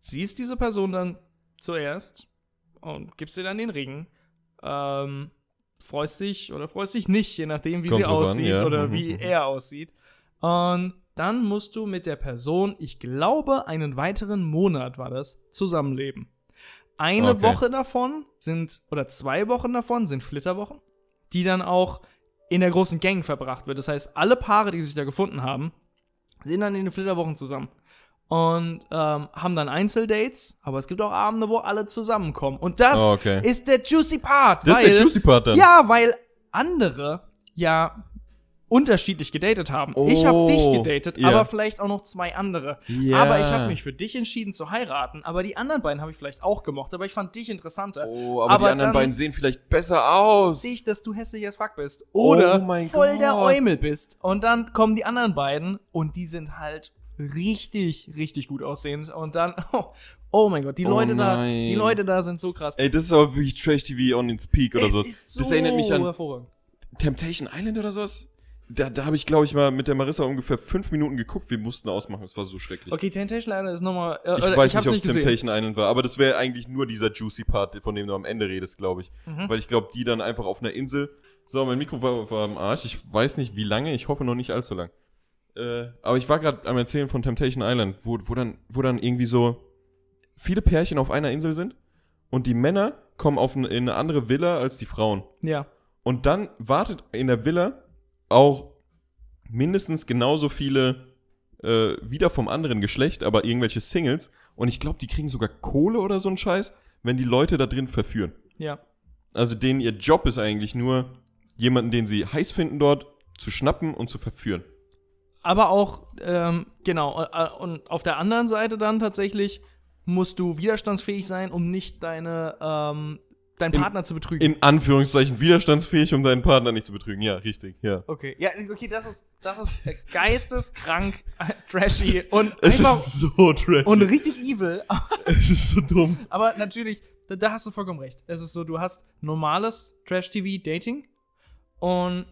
[SPEAKER 1] siehst diese Person dann zuerst und gibst ihr dann den Ring. Ähm, freust dich oder freust dich nicht, je nachdem, wie
[SPEAKER 2] Kommt
[SPEAKER 1] sie
[SPEAKER 2] drauf an,
[SPEAKER 1] aussieht
[SPEAKER 2] ja.
[SPEAKER 1] oder
[SPEAKER 2] Mhm,
[SPEAKER 1] wie
[SPEAKER 2] mhm.
[SPEAKER 1] er aussieht. Und dann musst du mit der Person, ich glaube, einen weiteren Monat war das, zusammenleben. Eine
[SPEAKER 2] Okay.
[SPEAKER 1] Woche davon sind, oder zwei Wochen davon sind Flitterwochen, die dann auch in der großen Gang verbracht wird. Das heißt, alle Paare, die sich da gefunden haben, sind dann in den Flitterwochen zusammen. Und ähm, haben dann Einzeldates, aber es gibt auch Abende, wo alle zusammenkommen. Und das
[SPEAKER 2] Oh, okay.
[SPEAKER 1] ist der juicy Part.
[SPEAKER 2] Das
[SPEAKER 1] weil,
[SPEAKER 2] ist der Juicy Part dann.
[SPEAKER 1] Ja, weil andere ja unterschiedlich gedatet haben. ich habe dich
[SPEAKER 2] Oh,
[SPEAKER 1] gedatet,
[SPEAKER 2] ja.
[SPEAKER 1] aber vielleicht auch noch zwei andere.
[SPEAKER 2] Ja.
[SPEAKER 1] Aber ich habe mich für dich entschieden zu heiraten. Aber die anderen beiden habe ich vielleicht auch gemocht, aber ich fand dich interessanter.
[SPEAKER 2] Oh,
[SPEAKER 1] aber die Aber anderen dann- beiden
[SPEAKER 2] sehen vielleicht besser aus.
[SPEAKER 1] Sehe ich, dass du hässlich als fuck bist. Oder
[SPEAKER 2] Oh mein
[SPEAKER 1] voll der
[SPEAKER 2] Gott.
[SPEAKER 1] Eumel bist. Und dann kommen die anderen beiden und die sind halt richtig, richtig gut aussehend. Und dann, <laughs> oh, oh mein Gott, die
[SPEAKER 2] Oh
[SPEAKER 1] Leute da,
[SPEAKER 2] nein.
[SPEAKER 1] die Leute da sind so krass.
[SPEAKER 2] Ey, das ist aber wirklich Trash TV on its peak oder
[SPEAKER 1] Es
[SPEAKER 2] so.
[SPEAKER 1] ist
[SPEAKER 2] das erinnert mich an
[SPEAKER 1] hervorragend.
[SPEAKER 2] Temptation Island oder sowas? Da, da habe ich, glaube ich, mal mit der Marissa ungefähr fünf Minuten geguckt. Wir mussten ausmachen. Es war so schrecklich.
[SPEAKER 1] Okay, Temptation Island ist nochmal. Äh,
[SPEAKER 2] Ich
[SPEAKER 1] oder-
[SPEAKER 2] weiß
[SPEAKER 1] hab's
[SPEAKER 2] nicht, ob
[SPEAKER 1] gesehen.
[SPEAKER 2] Temptation Island war, aber das wäre eigentlich nur dieser juicy Part, von dem du am Ende redest, glaube ich.
[SPEAKER 1] Mhm.
[SPEAKER 2] Weil ich glaube, die dann einfach auf einer Insel. So, mein Mikro war, war am Arsch. Ich weiß nicht, wie lange. Ich hoffe noch nicht allzu lang. Äh, aber ich war gerade am Erzählen von Temptation Island, wo, wo, dann, wo dann irgendwie so viele Pärchen auf einer Insel sind und die Männer kommen auf ein, in eine andere Villa als die Frauen.
[SPEAKER 1] Ja.
[SPEAKER 2] Und dann wartet in der Villa auch mindestens genauso viele äh, wieder vom anderen Geschlecht, aber irgendwelche Singles. Und ich glaube, die kriegen sogar Kohle oder so einen Scheiß, wenn die Leute da drin verführen.
[SPEAKER 1] Ja.
[SPEAKER 2] Also denen ihr Job ist eigentlich nur, jemanden, den sie heiß finden dort, zu schnappen und zu verführen.
[SPEAKER 1] Aber auch, ähm, genau, äh, und auf der anderen Seite dann tatsächlich musst du widerstandsfähig sein, um nicht deine, ähm, deinen
[SPEAKER 2] In-
[SPEAKER 1] Partner zu betrügen.
[SPEAKER 2] In Anführungszeichen widerstandsfähig, um deinen Partner nicht zu betrügen. Ja, richtig, ja.
[SPEAKER 1] okay. Ja, okay, das ist, das ist äh, geisteskrank, äh, trashy <laughs> und
[SPEAKER 2] Es
[SPEAKER 1] einfach
[SPEAKER 2] ist so trashy.
[SPEAKER 1] und richtig evil. <laughs>
[SPEAKER 2] es ist so dumm.
[SPEAKER 1] Aber natürlich, da, da hast du vollkommen recht. Es ist so, du hast normales Trash-TV-Dating und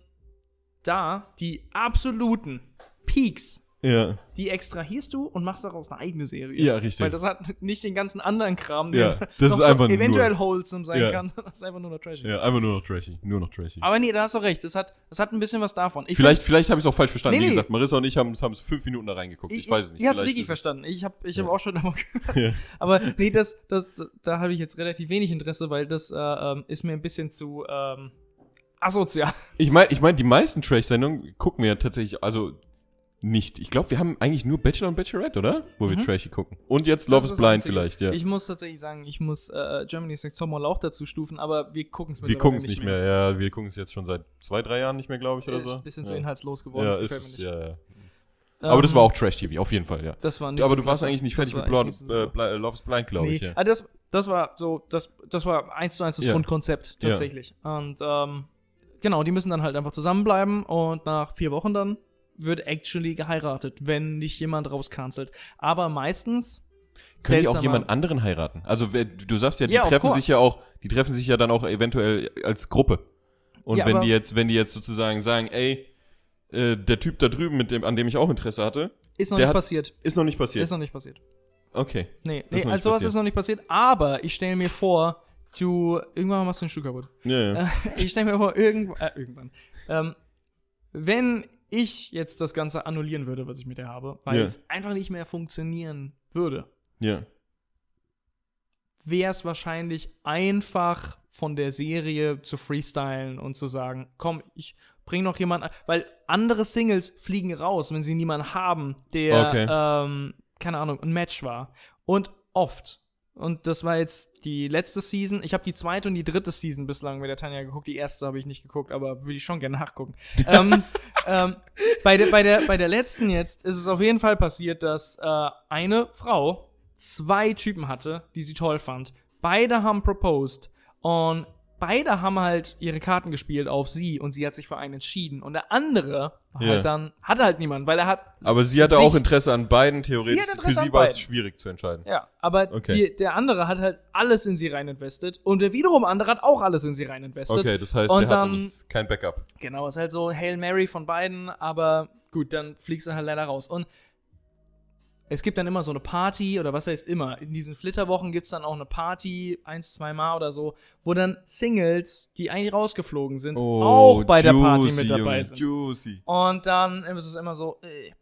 [SPEAKER 1] da die absoluten Peaks,
[SPEAKER 2] Ja,
[SPEAKER 1] die extrahierst du und machst daraus eine eigene Serie.
[SPEAKER 2] ja richtig.
[SPEAKER 1] Weil das hat nicht den ganzen anderen Kram, <laughs>
[SPEAKER 2] Ja,
[SPEAKER 1] der
[SPEAKER 2] das ist
[SPEAKER 1] so
[SPEAKER 2] einfach nur-
[SPEAKER 1] eventuell wholesome sein
[SPEAKER 2] Ja.
[SPEAKER 1] kann. <laughs> Das ist einfach nur noch Trash.
[SPEAKER 2] ja, einfach nur noch trashy. Nur noch trashy.
[SPEAKER 1] Aber nee, da hast du recht. Das hat, das hat ein bisschen was davon. Ich
[SPEAKER 2] vielleicht vielleicht habe ich es auch falsch verstanden.
[SPEAKER 1] Nee,
[SPEAKER 2] Wie
[SPEAKER 1] nee.
[SPEAKER 2] gesagt, Marissa und ich haben es fünf Minuten da reingeguckt. Ich, weiß es nicht.
[SPEAKER 1] Ihr habt es
[SPEAKER 2] Vielleicht
[SPEAKER 1] richtig
[SPEAKER 2] ist es-
[SPEAKER 1] verstanden. Ich habe ich
[SPEAKER 2] Ja.
[SPEAKER 1] hab auch schon davon <laughs> gehört.
[SPEAKER 2] Ja.
[SPEAKER 1] Aber nee, das, das, da habe ich jetzt relativ wenig Interesse, weil das äh, ähm, ist mir ein bisschen zu ähm, asozial.
[SPEAKER 2] Ich meine, ich mein, die meisten Trash-Sendungen gucken wir ja tatsächlich, also nicht. Ich glaube, wir haben eigentlich nur Bachelor und Bachelorette, oder? Wo wir
[SPEAKER 1] Mhm.
[SPEAKER 2] Trashy gucken. Und jetzt
[SPEAKER 1] Das
[SPEAKER 2] Love
[SPEAKER 1] ist
[SPEAKER 2] is
[SPEAKER 1] das
[SPEAKER 2] Blind
[SPEAKER 1] Einzige.
[SPEAKER 2] vielleicht, ja.
[SPEAKER 1] Ich muss tatsächlich sagen, ich muss äh, Germany's Next Topmodel auch dazu stufen, aber wir gucken es
[SPEAKER 2] wir gucken es nicht mehr. ja. Wir gucken es jetzt schon seit zwei, drei Jahren nicht mehr, glaube ich, oder
[SPEAKER 1] Ist
[SPEAKER 2] so.
[SPEAKER 1] ein bisschen
[SPEAKER 2] ja.
[SPEAKER 1] zu inhaltslos geworden.
[SPEAKER 2] ja,
[SPEAKER 1] das
[SPEAKER 2] ist,
[SPEAKER 1] gefällt mir nicht.
[SPEAKER 2] ja, ja. Aber das
[SPEAKER 1] Ähm,
[SPEAKER 2] war auch Trash-TV, auf jeden Fall, ja.
[SPEAKER 1] Das war nicht
[SPEAKER 2] Aber
[SPEAKER 1] so
[SPEAKER 2] du warst
[SPEAKER 1] klasse.
[SPEAKER 2] eigentlich nicht fertig
[SPEAKER 1] Das
[SPEAKER 2] mit
[SPEAKER 1] war
[SPEAKER 2] Blond,
[SPEAKER 1] eigentlich nicht so
[SPEAKER 2] äh,
[SPEAKER 1] super.
[SPEAKER 2] Bla- äh, Love is Blind, glaube
[SPEAKER 1] nee.
[SPEAKER 2] ich. Ja.
[SPEAKER 1] Ah, das, das war so, das, das war eins zu eins das
[SPEAKER 2] Ja.
[SPEAKER 1] Grundkonzept
[SPEAKER 2] Ja.
[SPEAKER 1] tatsächlich. Und ähm, genau, die müssen dann halt einfach zusammenbleiben und nach vier Wochen dann wird actually geheiratet, wenn nicht jemand rauskanzelt. Aber meistens
[SPEAKER 2] Können die auch
[SPEAKER 1] seltsamer-
[SPEAKER 2] jemand anderen heiraten? Also wer- du sagst ja, die
[SPEAKER 1] Ja, of
[SPEAKER 2] treffen
[SPEAKER 1] course.
[SPEAKER 2] sich ja auch, die treffen sich ja dann auch eventuell als Gruppe. Und
[SPEAKER 1] Ja,
[SPEAKER 2] wenn
[SPEAKER 1] aber-
[SPEAKER 2] die jetzt, wenn die jetzt sozusagen sagen, ey, äh, der Typ da drüben, mit dem, an dem ich auch Interesse hatte,
[SPEAKER 1] ist noch
[SPEAKER 2] Der
[SPEAKER 1] nicht
[SPEAKER 2] hat-
[SPEAKER 1] passiert.
[SPEAKER 2] ist noch nicht passiert.
[SPEAKER 1] Ist noch nicht passiert.
[SPEAKER 2] okay.
[SPEAKER 1] Nee,
[SPEAKER 2] noch
[SPEAKER 1] nee
[SPEAKER 2] nicht
[SPEAKER 1] also sowas
[SPEAKER 2] passiert.
[SPEAKER 1] ist noch nicht passiert, aber ich stelle mir vor, du irgendwann machst du einen Schuh kaputt.
[SPEAKER 2] Ja, ja.
[SPEAKER 1] Äh, ich stelle mir vor, irgendwann, äh, irgendwann ähm, wenn ich jetzt das Ganze annullieren würde, was ich mit der habe, weil
[SPEAKER 2] Ja.
[SPEAKER 1] es einfach nicht mehr funktionieren würde,
[SPEAKER 2] ja.
[SPEAKER 1] wäre es wahrscheinlich einfach von der Serie zu freestylen und zu sagen, komm, ich bring noch jemanden, weil andere Singles fliegen raus, wenn sie niemanden haben, der
[SPEAKER 2] Okay.
[SPEAKER 1] ähm, keine Ahnung, ein Match war. Und oft. Und das war jetzt die letzte Season. Ich habe die zweite und die dritte Season bislang mit der Tanja geguckt. Die erste habe ich nicht geguckt, aber würde ich schon gerne nachgucken. ähm, ähm, bei, der bei, der, bei der letzten jetzt ist es auf jeden Fall passiert, dass äh, eine Frau zwei Typen hatte, die sie toll fand. Beide haben proposed und beide haben halt ihre Karten gespielt auf sie und sie hat sich für einen entschieden. Und der andere war
[SPEAKER 2] Ja.
[SPEAKER 1] halt dann, hatte halt niemanden, weil er hat.
[SPEAKER 2] Aber sie hatte auch
[SPEAKER 1] sich-
[SPEAKER 2] Interesse an beiden, theoretisch.
[SPEAKER 1] Sie hat
[SPEAKER 2] Für
[SPEAKER 1] Interesse
[SPEAKER 2] sie
[SPEAKER 1] an
[SPEAKER 2] war es
[SPEAKER 1] beiden.
[SPEAKER 2] schwierig zu entscheiden.
[SPEAKER 1] Ja, aber
[SPEAKER 2] Okay.
[SPEAKER 1] die, der andere hat halt alles in sie rein investiert und der wiederum andere hat auch alles in sie rein investiert.
[SPEAKER 2] Okay, das heißt,
[SPEAKER 1] Und ähm,
[SPEAKER 2] der hatte
[SPEAKER 1] dann-
[SPEAKER 2] nichts, kein Backup.
[SPEAKER 1] Genau, ist halt so Hail Mary von beiden, aber gut, dann fliegst du halt leider raus. Und es gibt dann immer so eine Party oder was heißt immer, in diesen Flitterwochen gibt es dann auch eine Party, eins, zweimal oder so, wo dann Singles, die eigentlich rausgeflogen sind,
[SPEAKER 2] Oh,
[SPEAKER 1] auch bei der Party mit dabei sind.
[SPEAKER 2] Juicy.
[SPEAKER 1] Und dann ist es immer so, ey,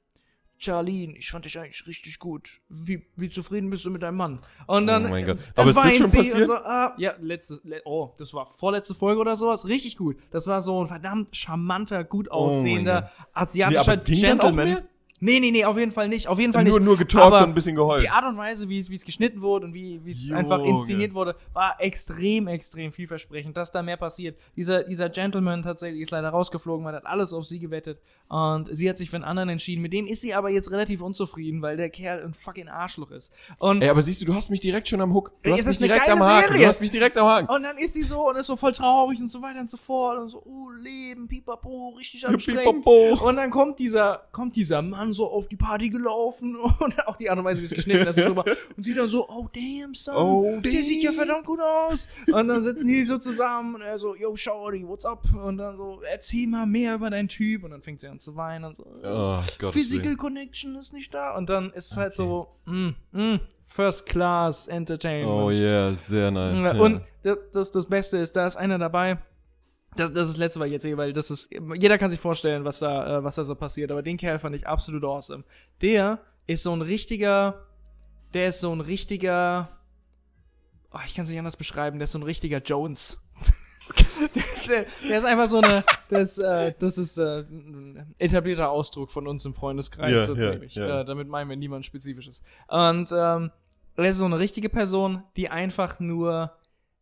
[SPEAKER 1] Charlene, ich fand dich eigentlich richtig gut. Wie, wie zufrieden bist du mit deinem Mann? Und dann,
[SPEAKER 2] Oh mein Gott.
[SPEAKER 1] dann
[SPEAKER 2] Aber ist das
[SPEAKER 1] weint
[SPEAKER 2] schon
[SPEAKER 1] sie und
[SPEAKER 2] passiert?
[SPEAKER 1] So, ah, ja, letzte, le oh, das war vorletzte Folge oder sowas. Richtig gut. Das war so ein verdammt charmanter, gut
[SPEAKER 2] Oh
[SPEAKER 1] aussehender asiatischer Gentleman. Nee, nee, nee, auf jeden Fall nicht. Auf jeden Fall
[SPEAKER 2] Nur,
[SPEAKER 1] halt nicht.
[SPEAKER 2] nur getalkt
[SPEAKER 1] Aber
[SPEAKER 2] und ein bisschen geheult.
[SPEAKER 1] Die Art und Weise, wie es, wie es geschnitten wurde und wie, wie es
[SPEAKER 2] Junge.
[SPEAKER 1] einfach inszeniert wurde, war extrem, extrem vielversprechend, dass da mehr passiert. Dieser, dieser Gentleman tatsächlich ist leider rausgeflogen, weil er hat alles auf sie gewettet und sie hat sich für einen anderen entschieden. Mit dem ist sie aber jetzt relativ unzufrieden, weil der Kerl ein fucking Arschloch ist. Und,
[SPEAKER 2] Ey, aber siehst du, du hast mich direkt schon am Hook. Du
[SPEAKER 1] Ey,
[SPEAKER 2] hast
[SPEAKER 1] es
[SPEAKER 2] mich
[SPEAKER 1] ist eine
[SPEAKER 2] direkt am
[SPEAKER 1] geile
[SPEAKER 2] Haken. Du
[SPEAKER 1] Serie. Oh,
[SPEAKER 2] hast mich direkt am Haken.
[SPEAKER 1] und dann ist sie so und ist so voll traurig und so weiter und so fort und so, oh, Leben, pipapo, richtig anstrengend.
[SPEAKER 2] Pipapo.
[SPEAKER 1] Und dann kommt dieser, kommt dieser Mann so auf die Party gelaufen <laughs> und auch die Art und Weise, wie es geschnitten ist, ist
[SPEAKER 2] <laughs>
[SPEAKER 1] super. Und sie dann so, oh damn, son,
[SPEAKER 2] Oh,
[SPEAKER 1] der sieht ja
[SPEAKER 2] damn.
[SPEAKER 1] verdammt gut aus. Und dann sitzen die so zusammen und er so, yo, Shorty, what's up? Und dann so, erzähl mal mehr über deinen Typ. Und dann fängt sie an zu weinen und so,
[SPEAKER 2] Oh, Gott.
[SPEAKER 1] Physical Connection ist nicht da. Und dann ist es halt
[SPEAKER 2] Okay.
[SPEAKER 1] so, mm, mm, First Class Entertainment.
[SPEAKER 2] Oh yeah, sehr nice.
[SPEAKER 1] Ja,
[SPEAKER 2] ja.
[SPEAKER 1] Und das, das, das Beste ist, da ist einer dabei. Das, das ist das letzte, was ich jetzt sehe, weil das ist. Jeder kann sich vorstellen, was da, äh, was da so passiert. Aber den Kerl fand ich absolut awesome. Der ist so ein richtiger. Der ist so ein richtiger. Oh, ich kann es nicht anders beschreiben. Der ist so ein richtiger Jones. <laughs> der, ist, äh, der ist einfach so eine. Das, äh, das ist äh, ein etablierter Ausdruck von uns im Freundeskreis
[SPEAKER 2] Ja, ja,
[SPEAKER 1] tatsächlich.
[SPEAKER 2] ja.
[SPEAKER 1] Äh, damit meinen wir niemand Spezifisches. Und ähm, er ist so eine richtige Person, die einfach nur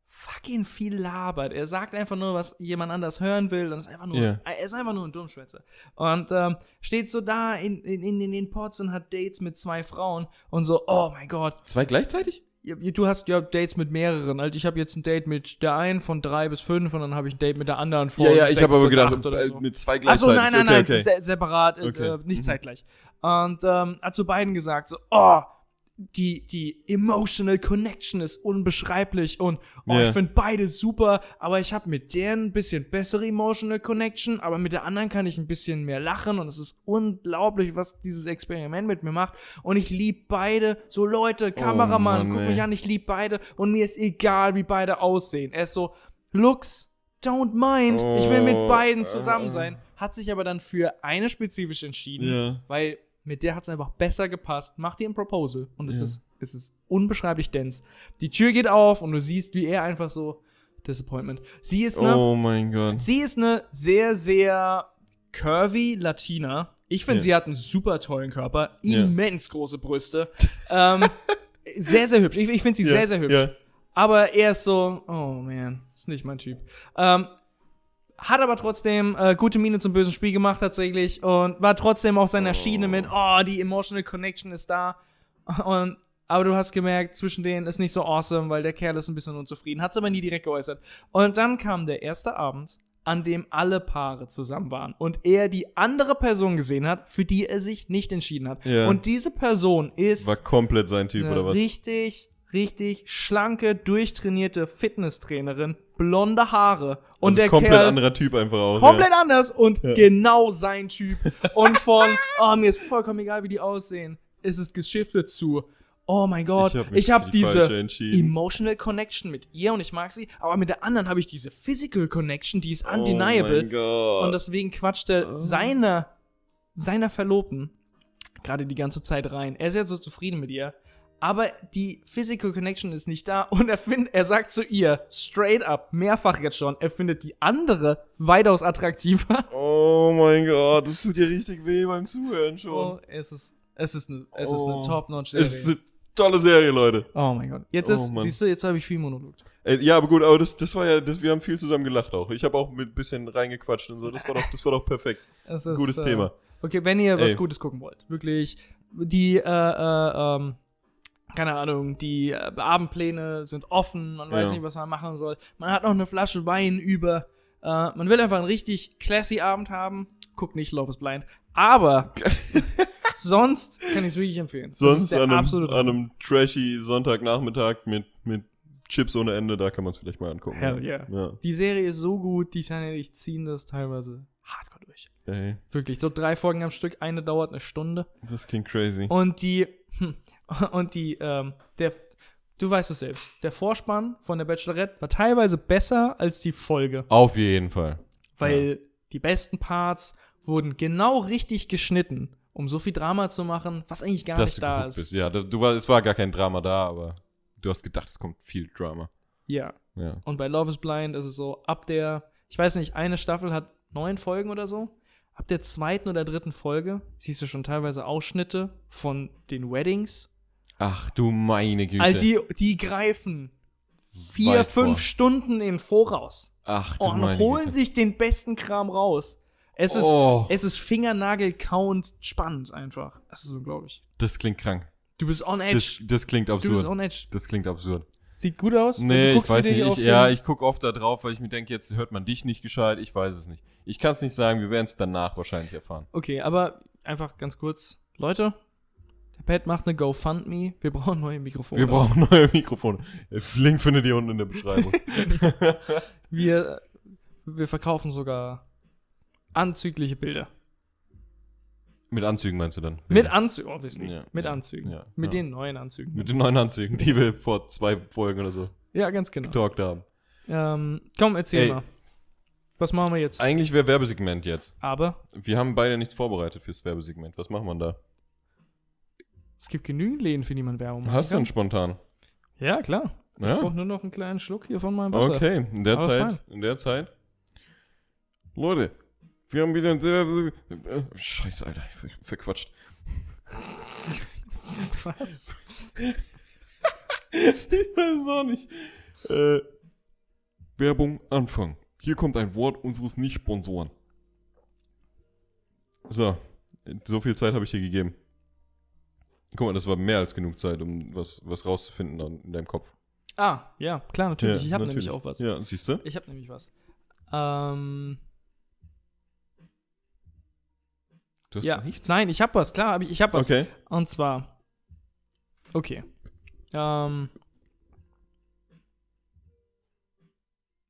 [SPEAKER 1] fucking viel labert. Er sagt einfach nur, was jemand anders hören will und ist einfach nur,
[SPEAKER 2] Ja.
[SPEAKER 1] er ist einfach nur ein Dummschwätzer. Und ähm, steht so da in, in, in, in den Pots und hat Dates mit zwei Frauen und so, oh mein Gott,
[SPEAKER 2] Zwei gleichzeitig?
[SPEAKER 1] ja, Du hast ja Dates mit mehreren. Also ich habe jetzt ein Date mit der einen von drei bis fünf und dann habe ich ein Date mit der anderen von sechs bis acht oder
[SPEAKER 2] äh,
[SPEAKER 1] so.
[SPEAKER 2] mit zwei
[SPEAKER 1] Achso,
[SPEAKER 2] gleichzeitig.
[SPEAKER 1] nein, nein, nein,
[SPEAKER 2] okay, okay.
[SPEAKER 1] se separat, äh,
[SPEAKER 2] Okay.
[SPEAKER 1] äh, nicht
[SPEAKER 2] Mhm.
[SPEAKER 1] zeitgleich. Und ähm, hat zu beiden gesagt, so, oh, die, die emotional connection ist unbeschreiblich und oh,
[SPEAKER 2] Ja.
[SPEAKER 1] ich finde beide super, aber ich habe mit der ein bisschen bessere emotional connection, aber mit der anderen kann ich ein bisschen mehr lachen und es ist unglaublich, was dieses Experiment mit mir macht und ich liebe beide, so Leute, Kameramann,
[SPEAKER 2] Oh, Mann,
[SPEAKER 1] guck
[SPEAKER 2] ey.
[SPEAKER 1] mich an, ich liebe beide und mir ist egal, wie beide aussehen. Er ist so, looks don't mind, ich will
[SPEAKER 2] Oh,
[SPEAKER 1] mit beiden
[SPEAKER 2] äh.
[SPEAKER 1] zusammen sein, hat sich aber dann für eine spezifisch entschieden,
[SPEAKER 2] Ja.
[SPEAKER 1] weil mit der hat es einfach besser gepasst. Macht ihr ein Proposal und es
[SPEAKER 2] Ja.
[SPEAKER 1] ist es ist unbeschreiblich dense. Die Tür geht auf und du siehst, wie er einfach so Disappointment. Sie ist eine
[SPEAKER 2] Oh mein Gott.
[SPEAKER 1] sie ist eine sehr sehr curvy Latina. Ich finde,
[SPEAKER 2] Ja.
[SPEAKER 1] sie hat einen super tollen Körper,
[SPEAKER 2] Ja.
[SPEAKER 1] immens große Brüste. ähm, <laughs> sehr, sehr hübsch. Ich, ich finde sie
[SPEAKER 2] Ja,
[SPEAKER 1] sehr, sehr hübsch.
[SPEAKER 2] Ja.
[SPEAKER 1] Aber er ist so, oh man, ist nicht mein Typ. Ähm, hat aber trotzdem äh, gute Miene zum bösen Spiel gemacht tatsächlich und war trotzdem auf seiner
[SPEAKER 2] Oh.
[SPEAKER 1] Schiene mit, oh, die emotional connection ist da. <laughs> Und, aber du hast gemerkt, zwischen denen ist nicht so awesome, weil der Kerl ist ein bisschen unzufrieden. Hat's aber nie direkt geäußert. Und dann kam der erste Abend, an dem alle Paare zusammen waren und er die andere Person gesehen hat, für die er sich nicht entschieden hat.
[SPEAKER 2] Ja.
[SPEAKER 1] Und diese Person ist
[SPEAKER 2] War komplett sein Typ,
[SPEAKER 1] eine
[SPEAKER 2] oder was?
[SPEAKER 1] Richtig, richtig schlanke, durchtrainierte Fitnesstrainerin, blonde Haare und
[SPEAKER 2] Also
[SPEAKER 1] der
[SPEAKER 2] komplett
[SPEAKER 1] Kerl
[SPEAKER 2] anderer Typ einfach auch.
[SPEAKER 1] komplett anders und
[SPEAKER 2] Ja.
[SPEAKER 1] genau sein
[SPEAKER 2] <laughs>
[SPEAKER 1] Typ. Und von, oh, mir ist vollkommen egal, wie die aussehen, ist es geschiftet zu, oh mein
[SPEAKER 2] ja.
[SPEAKER 1] Gott,
[SPEAKER 2] Ich habe
[SPEAKER 1] ich habe
[SPEAKER 2] hab
[SPEAKER 1] hab
[SPEAKER 2] mich für die falsche
[SPEAKER 1] diese
[SPEAKER 2] entschieden.
[SPEAKER 1] emotional Connection mit ihr und ich mag sie, aber mit der anderen habe ich diese physical Connection, die ist
[SPEAKER 2] Oh
[SPEAKER 1] undeniable.
[SPEAKER 2] mein Gott.
[SPEAKER 1] Und deswegen quatscht er
[SPEAKER 2] Oh.
[SPEAKER 1] seiner, seiner Verlobten gerade die ganze Zeit rein. Er ist ja so zufrieden mit ihr. Aber die Physical Connection ist nicht da und er, find, er sagt zu ihr straight up, mehrfach jetzt schon, er findet die andere weitaus <laughs> attraktiver.
[SPEAKER 2] oh mein Gott, das tut dir richtig weh beim Zuhören schon.
[SPEAKER 1] es ist, Es ist eine, es ist eine
[SPEAKER 2] Oh.
[SPEAKER 1] Top-Notch-Serie.
[SPEAKER 2] Es ist eine tolle Serie, Leute.
[SPEAKER 1] Oh mein Gott. Jetzt
[SPEAKER 2] Oh
[SPEAKER 1] ist,
[SPEAKER 2] Mann.
[SPEAKER 1] siehst du, jetzt habe ich viel Monolog.
[SPEAKER 2] Äh, ja, aber gut, aber das, das war ja, das, wir haben viel zusammen gelacht auch. Ich habe auch mit ein bisschen reingequatscht und so. Das war doch, das war doch perfekt.
[SPEAKER 1] <laughs> Es ist,
[SPEAKER 2] Gutes
[SPEAKER 1] äh,
[SPEAKER 2] Thema.
[SPEAKER 1] Okay, wenn ihr was
[SPEAKER 2] Ey.
[SPEAKER 1] Gutes gucken wollt, wirklich, die, äh, äh, ähm, keine Ahnung, die äh, Abendpläne sind offen, man weiß
[SPEAKER 2] Ja.
[SPEAKER 1] nicht, was man machen soll. Man hat noch eine Flasche Wein über. Äh, man will einfach einen richtig classy Abend haben. Guckt nicht Love is Blind.
[SPEAKER 2] <laughs>
[SPEAKER 1] Aber sonst kann ich es wirklich empfehlen. Das ist
[SPEAKER 2] Sonst
[SPEAKER 1] der
[SPEAKER 2] an einem,
[SPEAKER 1] absolute
[SPEAKER 2] an einem trashy Sonntagnachmittag mit, mit Chips ohne Ende, da kann man es vielleicht mal angucken.
[SPEAKER 1] Hell
[SPEAKER 2] ja. ja.
[SPEAKER 1] Die Serie ist so gut, die Channel, ich ziehen das teilweise hardcore durch.
[SPEAKER 2] Ey,
[SPEAKER 1] Wirklich, so drei Folgen am Stück, eine dauert eine Stunde.
[SPEAKER 2] das klingt crazy.
[SPEAKER 1] Und die, hm, und die, ähm, der, du weißt es selbst, der Vorspann von der Bachelorette war teilweise besser als die Folge,
[SPEAKER 2] Auf jeden Fall.
[SPEAKER 1] weil die besten Parts wurden genau richtig geschnitten, um so viel Drama zu machen, was eigentlich gar
[SPEAKER 2] dass
[SPEAKER 1] nicht
[SPEAKER 2] du
[SPEAKER 1] da
[SPEAKER 2] da
[SPEAKER 1] ist.
[SPEAKER 2] bist. Ja, du, du war, es war gar kein Drama da, aber du hast gedacht, es kommt viel Drama.
[SPEAKER 1] Ja.
[SPEAKER 2] Ja.
[SPEAKER 1] Und bei Love is Blind ist es so, ab der, ich weiß nicht, eine Staffel hat neun Folgen oder so. Ab der zweiten oder dritten Folge siehst du schon teilweise Ausschnitte von den Weddings.
[SPEAKER 2] Ach du meine Güte.
[SPEAKER 1] All die, die greifen vier,
[SPEAKER 2] Weit
[SPEAKER 1] fünf
[SPEAKER 2] vor.
[SPEAKER 1] Stunden im Voraus.
[SPEAKER 2] Ach du
[SPEAKER 1] Oh, und
[SPEAKER 2] meine
[SPEAKER 1] holen
[SPEAKER 2] Güte.
[SPEAKER 1] sich den besten Kram raus. Es ist,
[SPEAKER 2] oh,
[SPEAKER 1] es ist fingernagel-count spannend einfach. Das ist unglaublich.
[SPEAKER 2] das klingt krank.
[SPEAKER 1] Du bist on
[SPEAKER 2] Das,
[SPEAKER 1] edge.
[SPEAKER 2] das klingt
[SPEAKER 1] Du bist
[SPEAKER 2] absurd.
[SPEAKER 1] on edge.
[SPEAKER 2] Das klingt absurd.
[SPEAKER 1] Sieht gut aus.
[SPEAKER 2] Nee,
[SPEAKER 1] Du
[SPEAKER 2] ich
[SPEAKER 1] guckst
[SPEAKER 2] weiß
[SPEAKER 1] wieder
[SPEAKER 2] nicht.
[SPEAKER 1] hier
[SPEAKER 2] Ich,
[SPEAKER 1] auf den-
[SPEAKER 2] ja, ich gucke oft da drauf, weil ich mir denke, jetzt hört man dich nicht gescheit. Ich weiß es nicht. Ich kann es nicht sagen. Wir werden es danach wahrscheinlich erfahren.
[SPEAKER 1] Okay, aber einfach ganz kurz. Leute, der Pat macht eine GoFundMe. Wir brauchen neue Mikrofone.
[SPEAKER 2] Wir brauchen <laughs> neue Mikrofone. Das Link findet ihr unten in
[SPEAKER 1] <laughs>
[SPEAKER 2] der Beschreibung.
[SPEAKER 1] wir, wir verkaufen sogar anzügliche Bilder.
[SPEAKER 2] Mit Anzügen meinst du dann?
[SPEAKER 1] Mit Anzügen, obviously.
[SPEAKER 2] Ja,
[SPEAKER 1] Mit
[SPEAKER 2] ja,
[SPEAKER 1] Anzügen.
[SPEAKER 2] ja,
[SPEAKER 1] Mit
[SPEAKER 2] ja.
[SPEAKER 1] den neuen Anzügen.
[SPEAKER 2] Mit den neuen Anzügen, die wir vor zwei Folgen oder so
[SPEAKER 1] ja, ganz genau.
[SPEAKER 2] getalkt haben.
[SPEAKER 1] Ähm, komm, erzähl
[SPEAKER 2] Ey.
[SPEAKER 1] mal. Was machen wir jetzt?
[SPEAKER 2] Eigentlich wäre Werbesegment jetzt.
[SPEAKER 1] Aber
[SPEAKER 2] Wir haben beide nichts vorbereitet fürs Werbesegment. Was macht man da?
[SPEAKER 1] es gibt genügend Läden, für die man Werbung machen
[SPEAKER 2] Hast du
[SPEAKER 1] kann.
[SPEAKER 2] einen spontan?
[SPEAKER 1] Ja, klar. Ich brauche
[SPEAKER 2] Ja?
[SPEAKER 1] nur noch einen kleinen Schluck hier von meinem Wasser.
[SPEAKER 2] Okay, in der
[SPEAKER 1] Aber
[SPEAKER 2] Zeit, in der Zeit. Leute, wir haben wieder ein Werbe- äh, Scheiße, Alter, ich ver verquatscht.
[SPEAKER 1] <laughs> Was?
[SPEAKER 2] ich weiß es auch nicht. Äh, Werbung Anfang. Hier kommt ein Wort unseres Nicht-Sponsoren. So, so viel Zeit habe ich dir gegeben. Guck mal, das war mehr als genug Zeit, um was, was rauszufinden an- in deinem Kopf.
[SPEAKER 1] Ah, ja, klar, natürlich. ich habe nämlich
[SPEAKER 2] natürlich.
[SPEAKER 1] auch was.
[SPEAKER 2] Ja, siehst du?
[SPEAKER 1] Ich habe nämlich was. Ähm,
[SPEAKER 2] Du hast
[SPEAKER 1] ja,
[SPEAKER 2] nichts.
[SPEAKER 1] nein, ich habe was, klar, hab ich, ich habe was.
[SPEAKER 2] Okay.
[SPEAKER 1] Und zwar, okay. Ähm,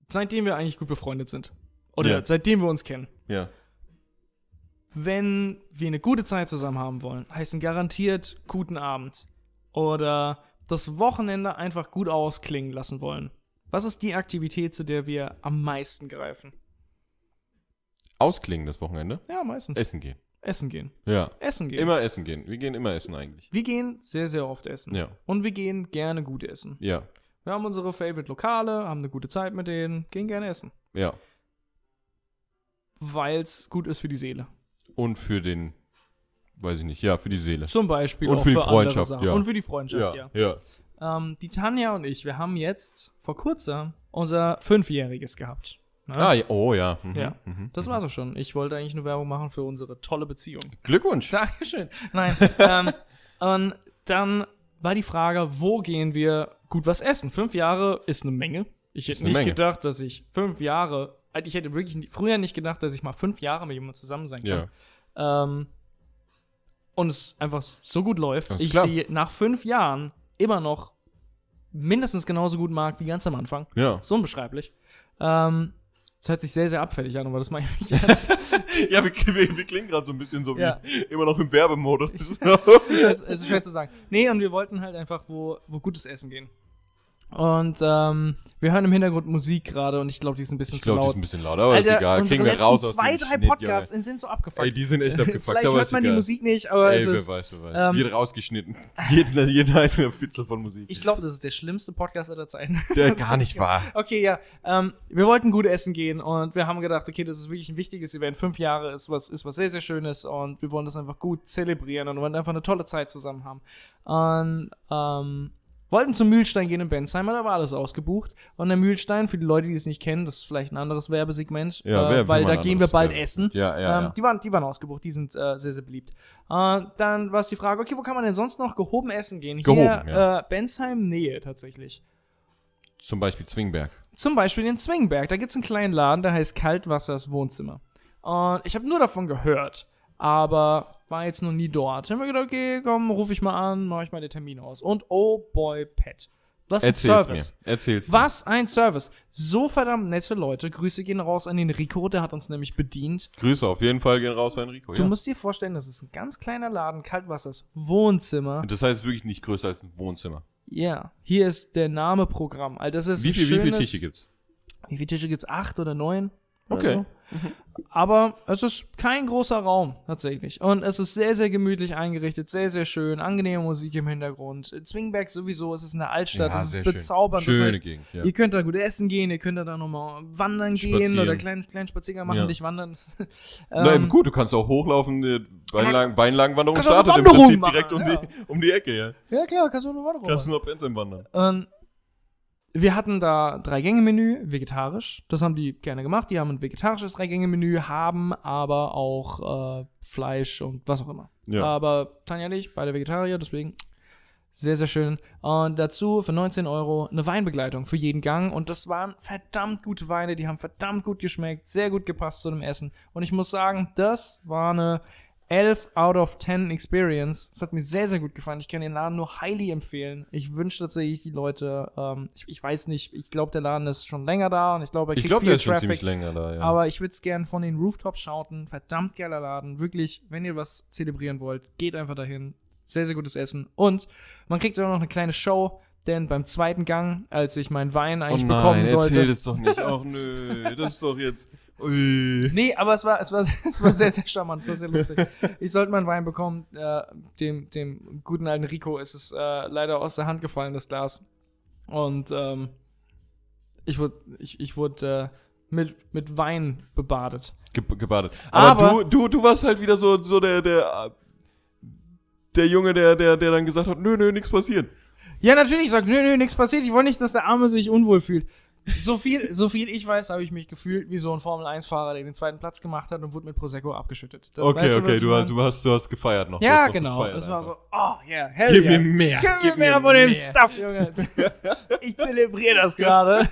[SPEAKER 1] seitdem wir eigentlich gut befreundet sind. Oder
[SPEAKER 2] Ja.
[SPEAKER 1] seitdem wir uns kennen.
[SPEAKER 2] Ja.
[SPEAKER 1] wenn wir eine gute Zeit zusammen haben wollen, heißen garantiert guten Abend oder das Wochenende einfach gut ausklingen lassen wollen. Was ist die Aktivität, zu der wir am meisten greifen?
[SPEAKER 2] Ausklingen das Wochenende.
[SPEAKER 1] Ja, meistens.
[SPEAKER 2] Essen gehen.
[SPEAKER 1] essen gehen.
[SPEAKER 2] Ja.
[SPEAKER 1] Essen gehen.
[SPEAKER 2] Immer essen gehen. Wir gehen immer essen eigentlich.
[SPEAKER 1] Wir gehen sehr, sehr oft essen.
[SPEAKER 2] Ja.
[SPEAKER 1] Und wir gehen gerne gut essen.
[SPEAKER 2] Ja.
[SPEAKER 1] Wir haben unsere Favorite Lokale, haben eine gute Zeit mit denen, gehen gerne essen.
[SPEAKER 2] Ja.
[SPEAKER 1] Weil es gut ist für die Seele.
[SPEAKER 2] Und für den, weiß ich nicht, ja, für die Seele.
[SPEAKER 1] Zum Beispiel
[SPEAKER 2] Und
[SPEAKER 1] auch
[SPEAKER 2] für die
[SPEAKER 1] für andere
[SPEAKER 2] Freundschaft,
[SPEAKER 1] Sachen.
[SPEAKER 2] ja.
[SPEAKER 1] Und für die Freundschaft, ja.
[SPEAKER 2] ja.
[SPEAKER 1] Ähm, die Tanja und ich, wir haben jetzt vor kurzem unser Fünfjähriges gehabt. Ne?
[SPEAKER 2] Ah, ja. oh ja. Mhm.
[SPEAKER 1] Ja.
[SPEAKER 2] Mhm.
[SPEAKER 1] Das war's auch schon. Ich wollte eigentlich nur Werbung machen für unsere tolle Beziehung.
[SPEAKER 2] Glückwunsch.
[SPEAKER 1] Dankeschön. Nein. ähm, und dann war die Frage, wo gehen wir gut was essen? Fünf Jahre ist eine Menge. Ich
[SPEAKER 2] Ist
[SPEAKER 1] hätte
[SPEAKER 2] eine
[SPEAKER 1] nicht
[SPEAKER 2] Menge.
[SPEAKER 1] gedacht, dass ich fünf Jahre, also ich hätte wirklich nie- früher nicht gedacht, dass ich mal fünf Jahre mit jemandem zusammen sein kann.
[SPEAKER 2] Ja.
[SPEAKER 1] Ähm, und es einfach so gut läuft.
[SPEAKER 2] Ganz
[SPEAKER 1] ich
[SPEAKER 2] klar.
[SPEAKER 1] sie nach fünf Jahren immer noch mindestens genauso gut mag wie ganz am Anfang.
[SPEAKER 2] Ja.
[SPEAKER 1] Ist unbeschreiblich. Ähm, das hört sich sehr, sehr abfällig an, aber das meine ich nicht ernst.
[SPEAKER 2] <laughs> Ja, wir, wir, wir klingen gerade so ein bisschen so
[SPEAKER 1] Ja.
[SPEAKER 2] wie immer noch im
[SPEAKER 1] <laughs>
[SPEAKER 2] <laughs> Werbemodus.
[SPEAKER 1] Es es ist schwer zu sagen. Nee, und wir wollten halt einfach wo, wo gutes Essen gehen. Und ähm, wir hören im Hintergrund Musik gerade und ich glaube, die ist ein bisschen
[SPEAKER 2] Ich
[SPEAKER 1] zu
[SPEAKER 2] glaube, die
[SPEAKER 1] laut.
[SPEAKER 2] ist ein bisschen lauter, aber ist egal.
[SPEAKER 1] unsere
[SPEAKER 2] Kriegen wir
[SPEAKER 1] letzten
[SPEAKER 2] raus aus
[SPEAKER 1] zwei,
[SPEAKER 2] dem
[SPEAKER 1] drei
[SPEAKER 2] Schnitt,
[SPEAKER 1] Podcasts sind so
[SPEAKER 2] Junge.
[SPEAKER 1] abgefuckt.
[SPEAKER 2] Ey, die
[SPEAKER 1] <laughs>
[SPEAKER 2] sind echt abgefuckt,
[SPEAKER 1] Vielleicht
[SPEAKER 2] aber
[SPEAKER 1] hört
[SPEAKER 2] ist
[SPEAKER 1] man die
[SPEAKER 2] egal.
[SPEAKER 1] Musik nicht, aber
[SPEAKER 2] Ey,
[SPEAKER 1] es
[SPEAKER 2] wer
[SPEAKER 1] ist,
[SPEAKER 2] weiß, wer weiß.
[SPEAKER 1] ähm,
[SPEAKER 2] Wird rausgeschnitten. <laughs> jeden, jeden einzelnen Fitzel von Musik.
[SPEAKER 1] ich glaube, das ist der schlimmste Podcast aller Zeiten.
[SPEAKER 2] <laughs>
[SPEAKER 1] <laughs>
[SPEAKER 2] Der gar nicht wahr.
[SPEAKER 1] Okay, ja. Ähm, wir wollten gut essen gehen und wir haben gedacht, okay, das ist wirklich ein wichtiges Event. Fünf Jahre ist was, ist was sehr, sehr Schönes und wir wollen das einfach gut zelebrieren und wollen einfach eine tolle Zeit zusammen haben. Und ähm, wollten zum Mühlstein gehen in Bensheim, aber da war alles ausgebucht. Und der Mühlstein, für die Leute, die es nicht kennen, das ist vielleicht ein anderes Werbesegment,
[SPEAKER 2] Ja, wer-
[SPEAKER 1] äh, weil
[SPEAKER 2] will man
[SPEAKER 1] da gehen wir
[SPEAKER 2] anderes?
[SPEAKER 1] bald
[SPEAKER 2] Ja.
[SPEAKER 1] essen.
[SPEAKER 2] Ja, ja,
[SPEAKER 1] ähm,
[SPEAKER 2] ja.
[SPEAKER 1] Die, waren, die waren ausgebucht, die sind äh, sehr, sehr beliebt. Äh, dann war es die Frage, okay, wo kann man denn sonst noch gehoben essen gehen?
[SPEAKER 2] Gehoben,
[SPEAKER 1] Hier,
[SPEAKER 2] ja.
[SPEAKER 1] äh, Bensheim-Nähe tatsächlich.
[SPEAKER 2] Zum Beispiel Zwingberg.
[SPEAKER 1] Zum Beispiel in Zwingberg. Da gibt es einen kleinen Laden, der heißt Kaltwassers Wohnzimmer. Und ich habe nur davon gehört, aber war jetzt noch nie dort. Dann haben wir gedacht, okay, komm, rufe ich mal an, mache ich mal den Termin aus. Und oh boy, Pat. Was ein
[SPEAKER 2] Erzähl's
[SPEAKER 1] Service.
[SPEAKER 2] mir. Erzähl's mir.
[SPEAKER 1] Was ein Service. So verdammt nette Leute. Grüße gehen raus an den Rico, der hat uns nämlich bedient.
[SPEAKER 2] Grüße auf jeden Fall gehen raus an Rico.
[SPEAKER 1] Du
[SPEAKER 2] Oh ja.
[SPEAKER 1] musst dir vorstellen, das ist ein ganz kleiner Laden, Kaltwassers Wohnzimmer.
[SPEAKER 2] Das heißt wirklich nicht größer als ein Wohnzimmer.
[SPEAKER 1] Ja, hier ist der Name Programm. Also das ist
[SPEAKER 2] Wie,
[SPEAKER 1] ein
[SPEAKER 2] viel, wie
[SPEAKER 1] schönes,
[SPEAKER 2] viele Tische gibt's?
[SPEAKER 1] Wie viele Tische gibt es? Acht oder neun? Oder
[SPEAKER 2] Okay.
[SPEAKER 1] Aber es ist kein großer Raum tatsächlich. Und es ist sehr, sehr gemütlich eingerichtet, sehr, sehr schön, angenehme Musik im Hintergrund. Zwingberg sowieso, es ist eine Altstadt, es ist bezaubernd.
[SPEAKER 2] Schön. Schöne
[SPEAKER 1] das heißt,
[SPEAKER 2] Gegend, ja.
[SPEAKER 1] Ihr könnt da gut essen gehen, ihr könnt da dann nochmal wandern
[SPEAKER 2] Spazieren.
[SPEAKER 1] gehen oder kleinen, kleinen Spaziergang machen,
[SPEAKER 2] Ja.
[SPEAKER 1] nicht wandern. <laughs> Ähm,
[SPEAKER 2] Na eben gut, du kannst auch hochlaufen, die Weinlagen, Weinlagenwanderung
[SPEAKER 1] Kannst auch eine
[SPEAKER 2] startet im
[SPEAKER 1] Wanderung
[SPEAKER 2] Prinzip
[SPEAKER 1] machen,
[SPEAKER 2] direkt um,
[SPEAKER 1] ja.
[SPEAKER 2] die, um die Ecke, ja.
[SPEAKER 1] Ja klar, kannst du auch eine Wanderung
[SPEAKER 2] Kannst
[SPEAKER 1] machen.
[SPEAKER 2] du noch Benzin wandern.
[SPEAKER 1] Ähm, wir hatten da Drei-Gänge-Menü, vegetarisch. Das haben die gerne gemacht. Die haben ein vegetarisches Drei-Gänge-Menü, haben aber auch äh, Fleisch und was auch immer.
[SPEAKER 2] Ja.
[SPEAKER 1] Aber Tanja und ich, beide Vegetarier, deswegen sehr, sehr schön. Und dazu für 19 Euro eine Weinbegleitung für jeden Gang. Und das waren verdammt gute Weine, die haben verdammt gut geschmeckt, sehr gut gepasst zu dem Essen. Und ich muss sagen, das war eine 11 out of 10 Experience. Das hat mir sehr, sehr gut gefallen. Ich kann den Laden nur highly empfehlen. Ich wünsche tatsächlich die Leute, ähm, ich, ich weiß nicht, ich glaube, der Laden ist schon länger da und ich glaube, er
[SPEAKER 2] ich
[SPEAKER 1] kriegt
[SPEAKER 2] glaube,
[SPEAKER 1] viel
[SPEAKER 2] der ist schon
[SPEAKER 1] Traffic.
[SPEAKER 2] ziemlich länger da, ja.
[SPEAKER 1] Aber ich würde es gern von den Rooftops schauten. Verdammt geiler Laden. Wirklich, wenn ihr was zelebrieren wollt, geht einfach dahin. Sehr, sehr gutes Essen. Und man kriegt auch noch eine kleine Show, denn beim zweiten Gang, als ich meinen Wein
[SPEAKER 2] oh
[SPEAKER 1] eigentlich
[SPEAKER 2] nein,
[SPEAKER 1] bekommen sollte.
[SPEAKER 2] erzähl das doch nicht. Ach nö, das ist doch jetzt... Ui.
[SPEAKER 1] Nee, aber es war, es, war, <laughs> es war sehr, sehr charmant, es war sehr lustig. Ich sollte meinen Wein bekommen. Äh, dem, dem guten alten Rico ist es äh, leider aus der Hand gefallen, das Glas. Und ähm, ich wurde, ich, ich wurde äh, mit, mit Wein bebadet.
[SPEAKER 2] Ge gebadet. Aber,
[SPEAKER 1] Aber-
[SPEAKER 2] du, du, du warst halt wieder so, so der, der, der Junge, der, der, der dann gesagt hat, nö, nö, nichts passiert.
[SPEAKER 1] Ja, natürlich, ich sag, nö, nö, nichts passiert. Ich wollte nicht, dass der Arme sich unwohl fühlt. So viel, so viel ich weiß, habe ich mich gefühlt wie so ein Formel-1-Fahrer, der den zweiten Platz gemacht hat und wurde mit Prosecco abgeschüttet. Das-
[SPEAKER 2] Okay,
[SPEAKER 1] weißt
[SPEAKER 2] okay,
[SPEAKER 1] was ich
[SPEAKER 2] du,
[SPEAKER 1] meine?
[SPEAKER 2] hast- du, hast, du hast gefeiert noch. du
[SPEAKER 1] Ja,
[SPEAKER 2] hast noch
[SPEAKER 1] genau.
[SPEAKER 2] gefeiert
[SPEAKER 1] Das war so,
[SPEAKER 2] einfach.
[SPEAKER 1] oh yeah, hell
[SPEAKER 2] Gib
[SPEAKER 1] yeah.
[SPEAKER 2] mir mehr.
[SPEAKER 1] Gib, mir mehr von dem Stuff,
[SPEAKER 2] <laughs>
[SPEAKER 1] Junge. Ich zelebriere das gerade.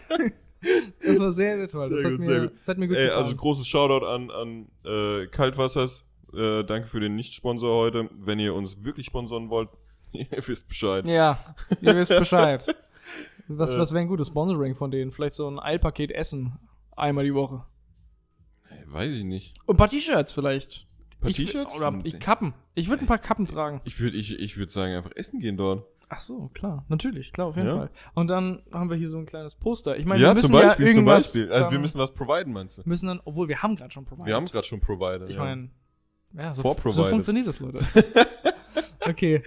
[SPEAKER 1] Das war sehr, sehr toll. Das
[SPEAKER 2] Sehr
[SPEAKER 1] hat,
[SPEAKER 2] gut,
[SPEAKER 1] mir,
[SPEAKER 2] sehr gut.
[SPEAKER 1] das hat mir gut
[SPEAKER 2] Ey,
[SPEAKER 1] gefallen.
[SPEAKER 2] also großes Shoutout an, an äh, Kaltwassers. Äh, danke für den Nicht-Sponsor heute. Wenn ihr uns wirklich sponsoren wollt, <laughs> ihr wisst Bescheid.
[SPEAKER 1] ja, ihr wisst Bescheid. Was,
[SPEAKER 2] Äh.
[SPEAKER 1] was wäre ein gutes Sponsoring von denen? Vielleicht so ein Eilpaket Essen einmal die Woche.
[SPEAKER 2] Ey, weiß ich nicht.
[SPEAKER 1] Und ein paar T-Shirts vielleicht.
[SPEAKER 2] Ein paar
[SPEAKER 1] Ich wü-
[SPEAKER 2] T-Shirts?
[SPEAKER 1] Oder ich Kappen. Ich würde ein paar Kappen tragen.
[SPEAKER 2] Ich würde ich, ich würd sagen, einfach essen gehen dort.
[SPEAKER 1] Ach so, klar. Natürlich, klar, auf jeden
[SPEAKER 2] Ja.
[SPEAKER 1] Fall. Und dann haben wir hier so ein kleines Poster. Ich meine,
[SPEAKER 2] ja,
[SPEAKER 1] wir müssen
[SPEAKER 2] zum Beispiel,
[SPEAKER 1] ja
[SPEAKER 2] zum
[SPEAKER 1] irgendwas.
[SPEAKER 2] Beispiel. Also wir
[SPEAKER 1] dann-
[SPEAKER 2] müssen was providen, meinst du?
[SPEAKER 1] müssen dann, obwohl wir haben gerade schon provided.
[SPEAKER 2] Wir haben gerade schon provided.
[SPEAKER 1] Ich
[SPEAKER 2] ja.
[SPEAKER 1] meine, ja, so, so
[SPEAKER 2] Vorprovided.
[SPEAKER 1] funktioniert das,
[SPEAKER 2] <laughs>
[SPEAKER 1] Leute. okay.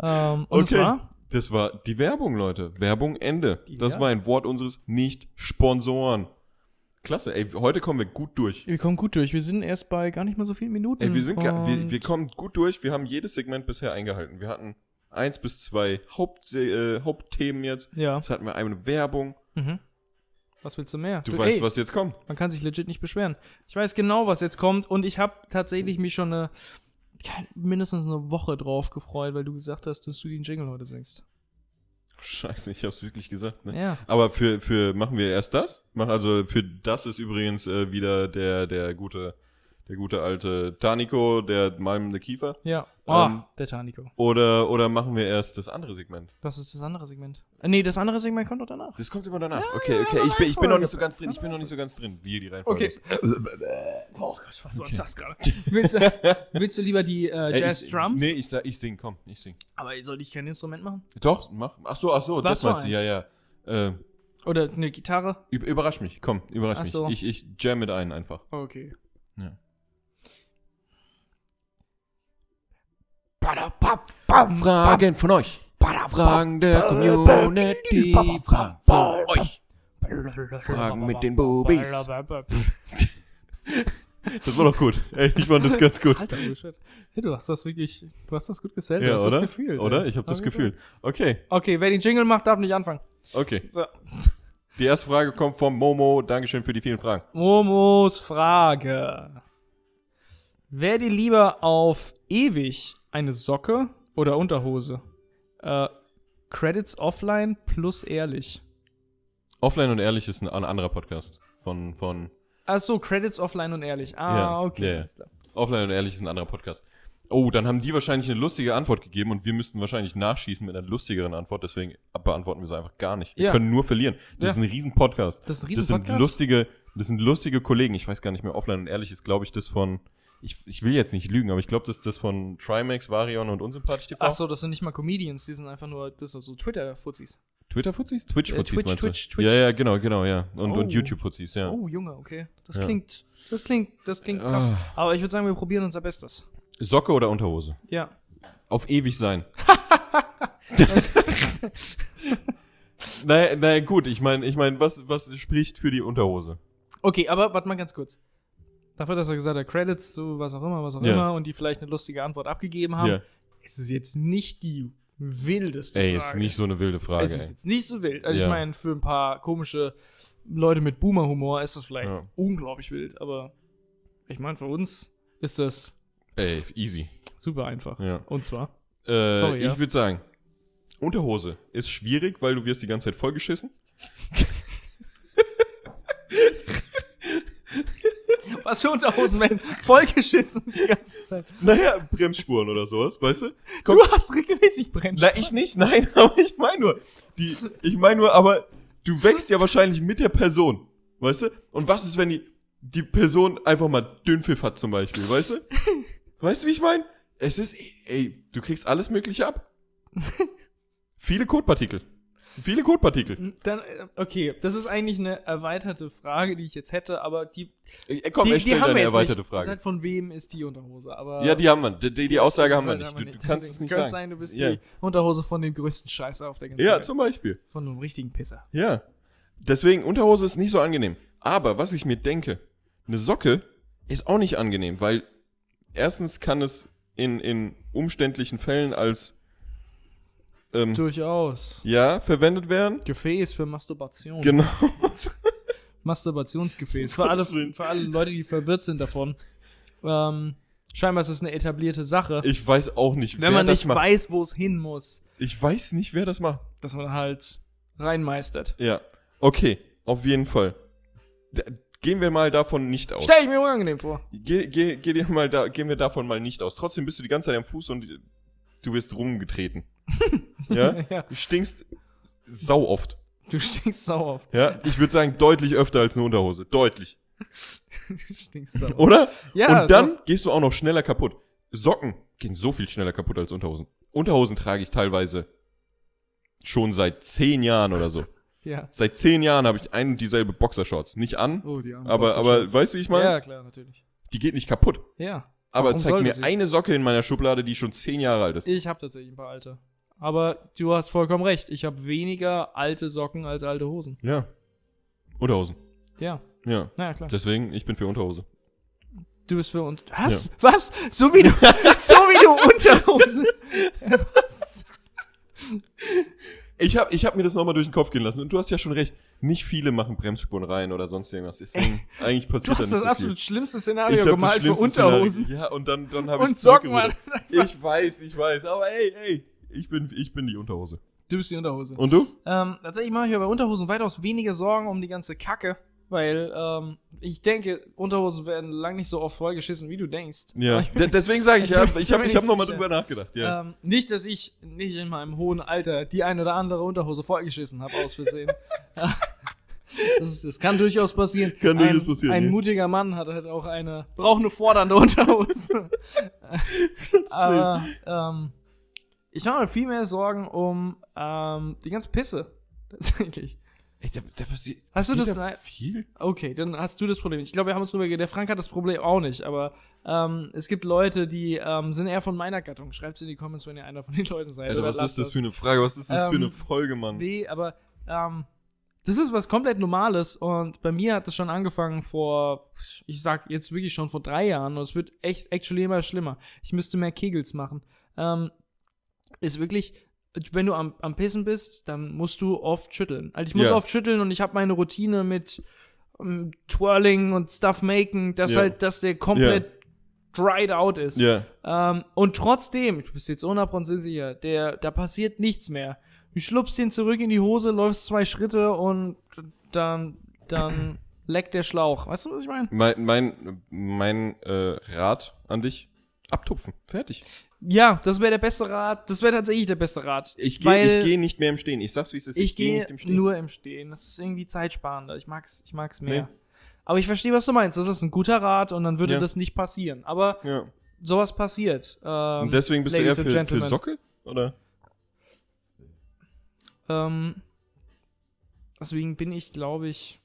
[SPEAKER 1] Ähm, und
[SPEAKER 2] Okay.
[SPEAKER 1] das war?
[SPEAKER 2] Das war die Werbung, Leute. Werbung Ende.
[SPEAKER 1] Die
[SPEAKER 2] Das
[SPEAKER 1] Werbung.
[SPEAKER 2] war ein Wort unseres Nicht-Sponsoren. Klasse, ey, heute kommen wir gut durch.
[SPEAKER 1] Wir kommen gut durch. Wir sind erst bei gar nicht mal so vielen Minuten.
[SPEAKER 2] Ey, wir, sind ga- wir,
[SPEAKER 1] und-
[SPEAKER 2] wir kommen gut durch. Wir haben jedes Segment bisher eingehalten. Wir hatten eins bis zwei Haupt, äh, Hauptthemen jetzt.
[SPEAKER 1] ja.
[SPEAKER 2] Jetzt hatten wir eine Werbung.
[SPEAKER 1] Mhm. Was willst du mehr?
[SPEAKER 2] Du weißt,
[SPEAKER 1] ey,
[SPEAKER 2] was jetzt kommt.
[SPEAKER 1] Man kann sich legit nicht beschweren. Ich weiß genau, was jetzt kommt und ich habe tatsächlich mich schon eine, kein- mindestens eine Woche drauf gefreut, weil du gesagt hast, dass du den Jingle heute singst.
[SPEAKER 2] Scheiße, ich hab's wirklich gesagt. Ne?
[SPEAKER 1] Ja.
[SPEAKER 2] Aber für, für machen wir erst das? Mach also für das ist übrigens äh, wieder der, der gute, der gute alte Taniko, der malmende Kiefer.
[SPEAKER 1] Ja. Oh,
[SPEAKER 2] Ähm,
[SPEAKER 1] der Tanico.
[SPEAKER 2] Oder, oder machen wir erst das andere Segment?
[SPEAKER 1] Das ist das andere Segment. Äh, nee, das andere Segment kommt doch danach.
[SPEAKER 2] Das kommt immer danach. okay, okay.
[SPEAKER 1] aber
[SPEAKER 2] Ich bin, ich bin noch
[SPEAKER 1] Reihenfolge.
[SPEAKER 2] nicht so ganz drin. Ich bin noch nicht so ganz drin, wie die Reihenfolge
[SPEAKER 1] Okay.
[SPEAKER 2] ist. <laughs>
[SPEAKER 1] Oh Gott, was
[SPEAKER 2] Okay.
[SPEAKER 1] das gerade? Willst du, <laughs> willst du lieber die äh,
[SPEAKER 2] Ey,
[SPEAKER 1] Jazz
[SPEAKER 2] ich,
[SPEAKER 1] Drums?
[SPEAKER 2] Nee, ich, sa- ich sing, komm, ich sing.
[SPEAKER 1] Aber soll ich kein Instrument machen?
[SPEAKER 2] Doch, mach. Ach so, ach so,
[SPEAKER 1] Was
[SPEAKER 2] das meinst du,
[SPEAKER 1] für
[SPEAKER 2] ja, ja. Äh,
[SPEAKER 1] Oder eine Gitarre?
[SPEAKER 2] üb- überrasch mich, komm, überrasch
[SPEAKER 1] Ach
[SPEAKER 2] mich.
[SPEAKER 1] so.
[SPEAKER 2] Ich, ich jam mit ein einfach.
[SPEAKER 1] Okay.
[SPEAKER 2] Ja. Fragen von euch. Fragen der Community. Fragen von euch. Fragen mit den Bubis. Das war doch gut. Ey, ich fand das ganz gut.
[SPEAKER 1] Alter, oh shit. Hey, du hast das wirklich, du hast das gut gesellt. du
[SPEAKER 2] Ja,
[SPEAKER 1] hast
[SPEAKER 2] oder?
[SPEAKER 1] Das Gefühl, ne?
[SPEAKER 2] oder? Ich habe das Gefühl. Okay,
[SPEAKER 1] Okay, wer den Jingle macht, darf nicht anfangen.
[SPEAKER 2] okay.
[SPEAKER 1] So.
[SPEAKER 2] Die erste Frage kommt von Momo. Dankeschön für die vielen Fragen.
[SPEAKER 1] Momos Frage. Wer dir lieber auf ewig eine Socke oder Unterhose? Äh, Credits offline plus ehrlich.
[SPEAKER 2] Offline und ehrlich ist ein, ein anderer Podcast. Von, von
[SPEAKER 1] Ach so, Credits offline und ehrlich. Ah,
[SPEAKER 2] Ja,
[SPEAKER 1] okay.
[SPEAKER 2] ja, ja.
[SPEAKER 1] alles klar.
[SPEAKER 2] Offline und ehrlich ist ein anderer Podcast. Oh, dann haben die wahrscheinlich eine lustige Antwort gegeben und wir müssten wahrscheinlich nachschießen mit einer lustigeren Antwort. Deswegen beantworten wir sie einfach gar nicht. Wir
[SPEAKER 1] Ja.
[SPEAKER 2] können nur verlieren. Das
[SPEAKER 1] Ja.
[SPEAKER 2] ist ein riesen Podcast.
[SPEAKER 1] Das ist ein
[SPEAKER 2] Das sind
[SPEAKER 1] Riesenpodcast.
[SPEAKER 2] lustige, das sind lustige Kollegen. Ich weiß gar nicht mehr. Offline und ehrlich ist, glaube ich, das von. Ich, ich will jetzt nicht lügen, aber ich glaube, das ist das von Trimax, Varion und Unsympathisch TV.
[SPEAKER 1] Ach so, das sind nicht mal Comedians, die sind einfach nur, das sind so Twitter-Fuzzis.
[SPEAKER 2] Twitter-Fuzzis? Twitch-Fuzzis
[SPEAKER 1] Äh, Twitch,
[SPEAKER 2] meinst
[SPEAKER 1] Twitch,
[SPEAKER 2] du?
[SPEAKER 1] Twitch.
[SPEAKER 2] Ja, ja, genau, genau, ja. Und, und
[SPEAKER 1] Oh.
[SPEAKER 2] YouTube-Fuzzis, ja.
[SPEAKER 1] Oh, Junge, okay. Das
[SPEAKER 2] Ja.
[SPEAKER 1] klingt, das klingt, das klingt krass.
[SPEAKER 2] Ah.
[SPEAKER 1] Aber ich würde sagen, wir probieren unser Bestes.
[SPEAKER 2] Socke oder Unterhose?
[SPEAKER 1] Ja.
[SPEAKER 2] <laughs>
[SPEAKER 1] <laughs>
[SPEAKER 2] Auf ewig sein. naja, naja, gut, ich meine, ich mein, was, was spricht für die Unterhose?
[SPEAKER 1] Okay, aber warte mal ganz kurz. Dafür, dass er gesagt hat, Credits zu was auch immer, was auch
[SPEAKER 2] Ja.
[SPEAKER 1] immer und die vielleicht eine lustige Antwort abgegeben haben,
[SPEAKER 2] Ja.
[SPEAKER 1] ist es jetzt nicht die wildeste
[SPEAKER 2] Ey,
[SPEAKER 1] Frage.
[SPEAKER 2] ist nicht so eine wilde Frage.
[SPEAKER 1] Es ist
[SPEAKER 2] ey.
[SPEAKER 1] jetzt nicht so wild. Also
[SPEAKER 2] Ja.
[SPEAKER 1] ich meine, für ein paar komische Leute mit Boomer-Humor ist das vielleicht
[SPEAKER 2] Ja.
[SPEAKER 1] unglaublich wild, aber ich meine, für uns ist das
[SPEAKER 2] Ey, easy.
[SPEAKER 1] super einfach.
[SPEAKER 2] Ja.
[SPEAKER 1] Und zwar,
[SPEAKER 2] Äh,
[SPEAKER 1] Sorry, ja.
[SPEAKER 2] Ich würde sagen, Unterhose ist schwierig, weil du wirst die ganze Zeit vollgeschissen.
[SPEAKER 1] was für Unterhosen, man, vollgeschissen die ganze Zeit.
[SPEAKER 2] Naja, Bremsspuren oder sowas, weißt du?
[SPEAKER 1] Du hast regelmäßig brennt.
[SPEAKER 2] Na, ich nicht, nein, <laughs> aber ich meine nur, die, ich meine nur, aber du wächst ja wahrscheinlich mit der Person, weißt du? Und was ist, wenn die, die Person einfach mal Dünnpfiff hat zum Beispiel, weißt <laughs> du? Weißt du, wie ich meine? Es ist, ey, du kriegst alles Mögliche <laughs> ab. Viele Kotpartikel. Viele Kotpartikel.
[SPEAKER 1] Dann, äh, okay, das ist eigentlich eine erweiterte Frage, die ich jetzt hätte, aber die,
[SPEAKER 2] Ey, Äh, komm,
[SPEAKER 1] die,
[SPEAKER 2] er stellt eine
[SPEAKER 1] jetzt
[SPEAKER 2] erweiterte
[SPEAKER 1] nicht.
[SPEAKER 2] Frage.
[SPEAKER 1] Gesagt, von wem ist die Unterhose? Aber
[SPEAKER 2] Ja, die haben wir. Die, die, die Aussage
[SPEAKER 1] das
[SPEAKER 2] haben wir
[SPEAKER 1] ist halt
[SPEAKER 2] nicht. Du,
[SPEAKER 1] einfach
[SPEAKER 2] du kannst es nicht
[SPEAKER 1] Könnte sein,
[SPEAKER 2] sagen.
[SPEAKER 1] du bist
[SPEAKER 2] Ja.
[SPEAKER 1] die Unterhose von dem größten Scheißer auf der ganzen
[SPEAKER 2] Ja,
[SPEAKER 1] Welt.
[SPEAKER 2] zum Beispiel.
[SPEAKER 1] Von einem richtigen Pisser.
[SPEAKER 2] Ja. Deswegen, Unterhose ist nicht so angenehm. Aber was ich mir denke, eine Socke ist auch nicht angenehm, weil erstens kann es in, in umständlichen Fällen als ähm,
[SPEAKER 1] Durchaus.
[SPEAKER 2] ja, verwendet werden.
[SPEAKER 1] Gefäß für Masturbation.
[SPEAKER 2] Genau.
[SPEAKER 1] Masturbationsgefäß. Für alle,
[SPEAKER 2] Gottes Willen.
[SPEAKER 1] für alle Leute, die verwirrt sind davon. Ähm, scheinbar ist es eine etablierte Sache.
[SPEAKER 2] Ich weiß auch nicht,
[SPEAKER 1] wenn man
[SPEAKER 2] das
[SPEAKER 1] nicht
[SPEAKER 2] macht.
[SPEAKER 1] weiß, wo es hin muss,
[SPEAKER 2] Ich weiß nicht, wer das macht.
[SPEAKER 1] dass man halt reinmeistert.
[SPEAKER 2] Ja. Okay, auf jeden Fall. Da, gehen wir mal davon nicht aus.
[SPEAKER 1] Stell ich mir unangenehm vor.
[SPEAKER 2] Geh, geh, geh dir mal da, gehen wir davon mal nicht aus. Trotzdem bist du die ganze Zeit am Fuß und du wirst
[SPEAKER 1] <laughs>
[SPEAKER 2] rumgetreten. ja?
[SPEAKER 1] ja.
[SPEAKER 2] Du stinkst sau oft.
[SPEAKER 1] Du stinkst sauer auf. <laughs>
[SPEAKER 2] Ja, ich würde sagen, deutlich öfter als eine Unterhose. Deutlich.
[SPEAKER 1] Du stinkst sauer.
[SPEAKER 2] Oder?
[SPEAKER 1] Ja,
[SPEAKER 2] Und dann gehst du auch noch schneller kaputt. Socken gehen so viel schneller kaputt als Unterhosen. Unterhosen trage ich teilweise schon seit zehn Jahren oder so.
[SPEAKER 1] Ja.
[SPEAKER 2] seit zehn Jahren habe ich ein und dieselbe Boxershorts. Nicht an,
[SPEAKER 1] Oh, die armen
[SPEAKER 2] aber, aber
[SPEAKER 1] Boxershorts.
[SPEAKER 2] weißt du, wie ich meine?
[SPEAKER 1] Ja, klar, natürlich.
[SPEAKER 2] Die geht nicht kaputt.
[SPEAKER 1] Ja.
[SPEAKER 2] Aber
[SPEAKER 1] Warum
[SPEAKER 2] zeig
[SPEAKER 1] sollte
[SPEAKER 2] mir
[SPEAKER 1] sie?
[SPEAKER 2] eine Socke in meiner Schublade, die schon zehn Jahre alt ist.
[SPEAKER 1] Ich habe tatsächlich ein paar alte. Aber du hast vollkommen recht. Ich habe weniger alte Socken als alte Hosen.
[SPEAKER 2] Ja. Unterhosen.
[SPEAKER 1] Ja,
[SPEAKER 2] Ja.
[SPEAKER 1] naja, klar.
[SPEAKER 2] Deswegen, ich bin für Unterhose.
[SPEAKER 1] Du bist für uns. Was? Was? So
[SPEAKER 2] <laughs>
[SPEAKER 1] wie du, so wie du Unterhosen. Was?
[SPEAKER 2] Ich habe ich hab mir das nochmal durch den Kopf gehen lassen. Und du hast ja schon recht. Nicht viele machen Bremsspuren rein oder sonst irgendwas. Deswegen, eigentlich
[SPEAKER 1] Du
[SPEAKER 2] passiert da
[SPEAKER 1] hast
[SPEAKER 2] nicht
[SPEAKER 1] das
[SPEAKER 2] so
[SPEAKER 1] absolut
[SPEAKER 2] viel.
[SPEAKER 1] schlimmste
[SPEAKER 2] Ich
[SPEAKER 1] Szenario
[SPEAKER 2] hab das
[SPEAKER 1] gemalt für
[SPEAKER 2] schlimmste
[SPEAKER 1] Unterhosen
[SPEAKER 2] Szenario. Ja, und dann, dann habe ich
[SPEAKER 1] und Socken. Mann.
[SPEAKER 2] Ich weiß, ich weiß. Aber ey, ey. Ich bin, ich bin die Unterhose.
[SPEAKER 1] Du bist die Unterhose.
[SPEAKER 2] Und du?
[SPEAKER 1] Ähm, tatsächlich mache ich mir bei Unterhosen weitaus weniger Sorgen um die ganze Kacke, weil ähm, ich denke, Unterhosen werden lang nicht so oft vollgeschissen, wie du denkst.
[SPEAKER 2] Ja.
[SPEAKER 1] Aber ich-
[SPEAKER 2] D- Deswegen sage ich, ja,
[SPEAKER 1] Ich bin
[SPEAKER 2] ich habe
[SPEAKER 1] mir
[SPEAKER 2] ich
[SPEAKER 1] nicht
[SPEAKER 2] hab nochmal
[SPEAKER 1] sicher.
[SPEAKER 2] drüber nachgedacht. Ja.
[SPEAKER 1] Ähm, nicht, dass ich nicht in meinem hohen Alter die ein oder andere Unterhose vollgeschissen habe, aus Versehen. <laughs> das, ist- das kann durchaus passieren.
[SPEAKER 2] Kann
[SPEAKER 1] ein,
[SPEAKER 2] durchaus passieren,
[SPEAKER 1] Ein
[SPEAKER 2] ja.
[SPEAKER 1] mutiger Mann hat halt auch eine, braucht eine fordernde <laughs> Unterhose. Aber ähm, ich mache mir viel mehr Sorgen um ähm, die ganze Pisse. <laughs> Tatsächlich.
[SPEAKER 2] Ey, da, da passiert
[SPEAKER 1] Hast du
[SPEAKER 2] passiert
[SPEAKER 1] das-
[SPEAKER 2] da
[SPEAKER 1] nein.
[SPEAKER 2] viel?
[SPEAKER 1] Okay, dann hast du das Problem. nicht. Ich glaube, wir haben uns drüber geredet. Der Frank hat das Problem auch nicht, aber ähm, es gibt Leute, die ähm, sind eher von meiner Gattung. Schreibt's in die Comments, wenn ihr einer von den Leuten seid.
[SPEAKER 2] Alter,
[SPEAKER 1] oder
[SPEAKER 2] was
[SPEAKER 1] lasst
[SPEAKER 2] ist das für eine Frage? Was ist das für
[SPEAKER 1] Ähm,
[SPEAKER 2] eine Folge, Mann?
[SPEAKER 1] Nee, aber ähm, das ist was komplett Normales und bei mir hat das schon angefangen vor, ich sag jetzt wirklich schon vor drei Jahren und es wird echt actually immer schlimmer. Ich müsste mehr Kegels machen. Ähm, ist wirklich, wenn du am, am Pissen bist, dann musst du oft schütteln. Also ich muss
[SPEAKER 2] Ja.
[SPEAKER 1] oft schütteln und ich habe meine Routine mit ähm, Twirling und Stuff Making, dass
[SPEAKER 2] Ja.
[SPEAKER 1] halt, dass der komplett dried out ist.
[SPEAKER 2] Ja.
[SPEAKER 1] Ähm, und trotzdem, ich bin jetzt 100% sicher, der, da passiert nichts mehr. Du schlupfst ihn zurück in die Hose, läufst zwei Schritte und dann,
[SPEAKER 2] <clears throat>
[SPEAKER 1] dann leckt der Schlauch. Weißt du, was ich meine?
[SPEAKER 2] Mein, mein, mein äh, Rat an dich, abtupfen. Fertig.
[SPEAKER 1] Ja, das wäre der beste Rat. Das wäre tatsächlich der beste Rat.
[SPEAKER 2] Ich gehe
[SPEAKER 1] Weil
[SPEAKER 2] ich geh nicht mehr im Stehen. Ich sag's, wie es ist.
[SPEAKER 1] ich gehe
[SPEAKER 2] nicht im Stehen.
[SPEAKER 1] nur im Stehen. Das ist irgendwie zeitsparender. Ich mag's, ich mag's mehr.
[SPEAKER 2] Nee.
[SPEAKER 1] Aber ich verstehe, was du meinst. Das ist ein guter Rat und dann würde
[SPEAKER 2] Ja.
[SPEAKER 1] das nicht passieren. Aber
[SPEAKER 2] ja.
[SPEAKER 1] sowas passiert. Ähm,
[SPEAKER 2] Und deswegen bist
[SPEAKER 1] Ladies
[SPEAKER 2] du
[SPEAKER 1] and
[SPEAKER 2] eher für, für
[SPEAKER 1] Gentlemen.
[SPEAKER 2] Socke? Oder?
[SPEAKER 1] Ähm, deswegen bin ich, glaube ich.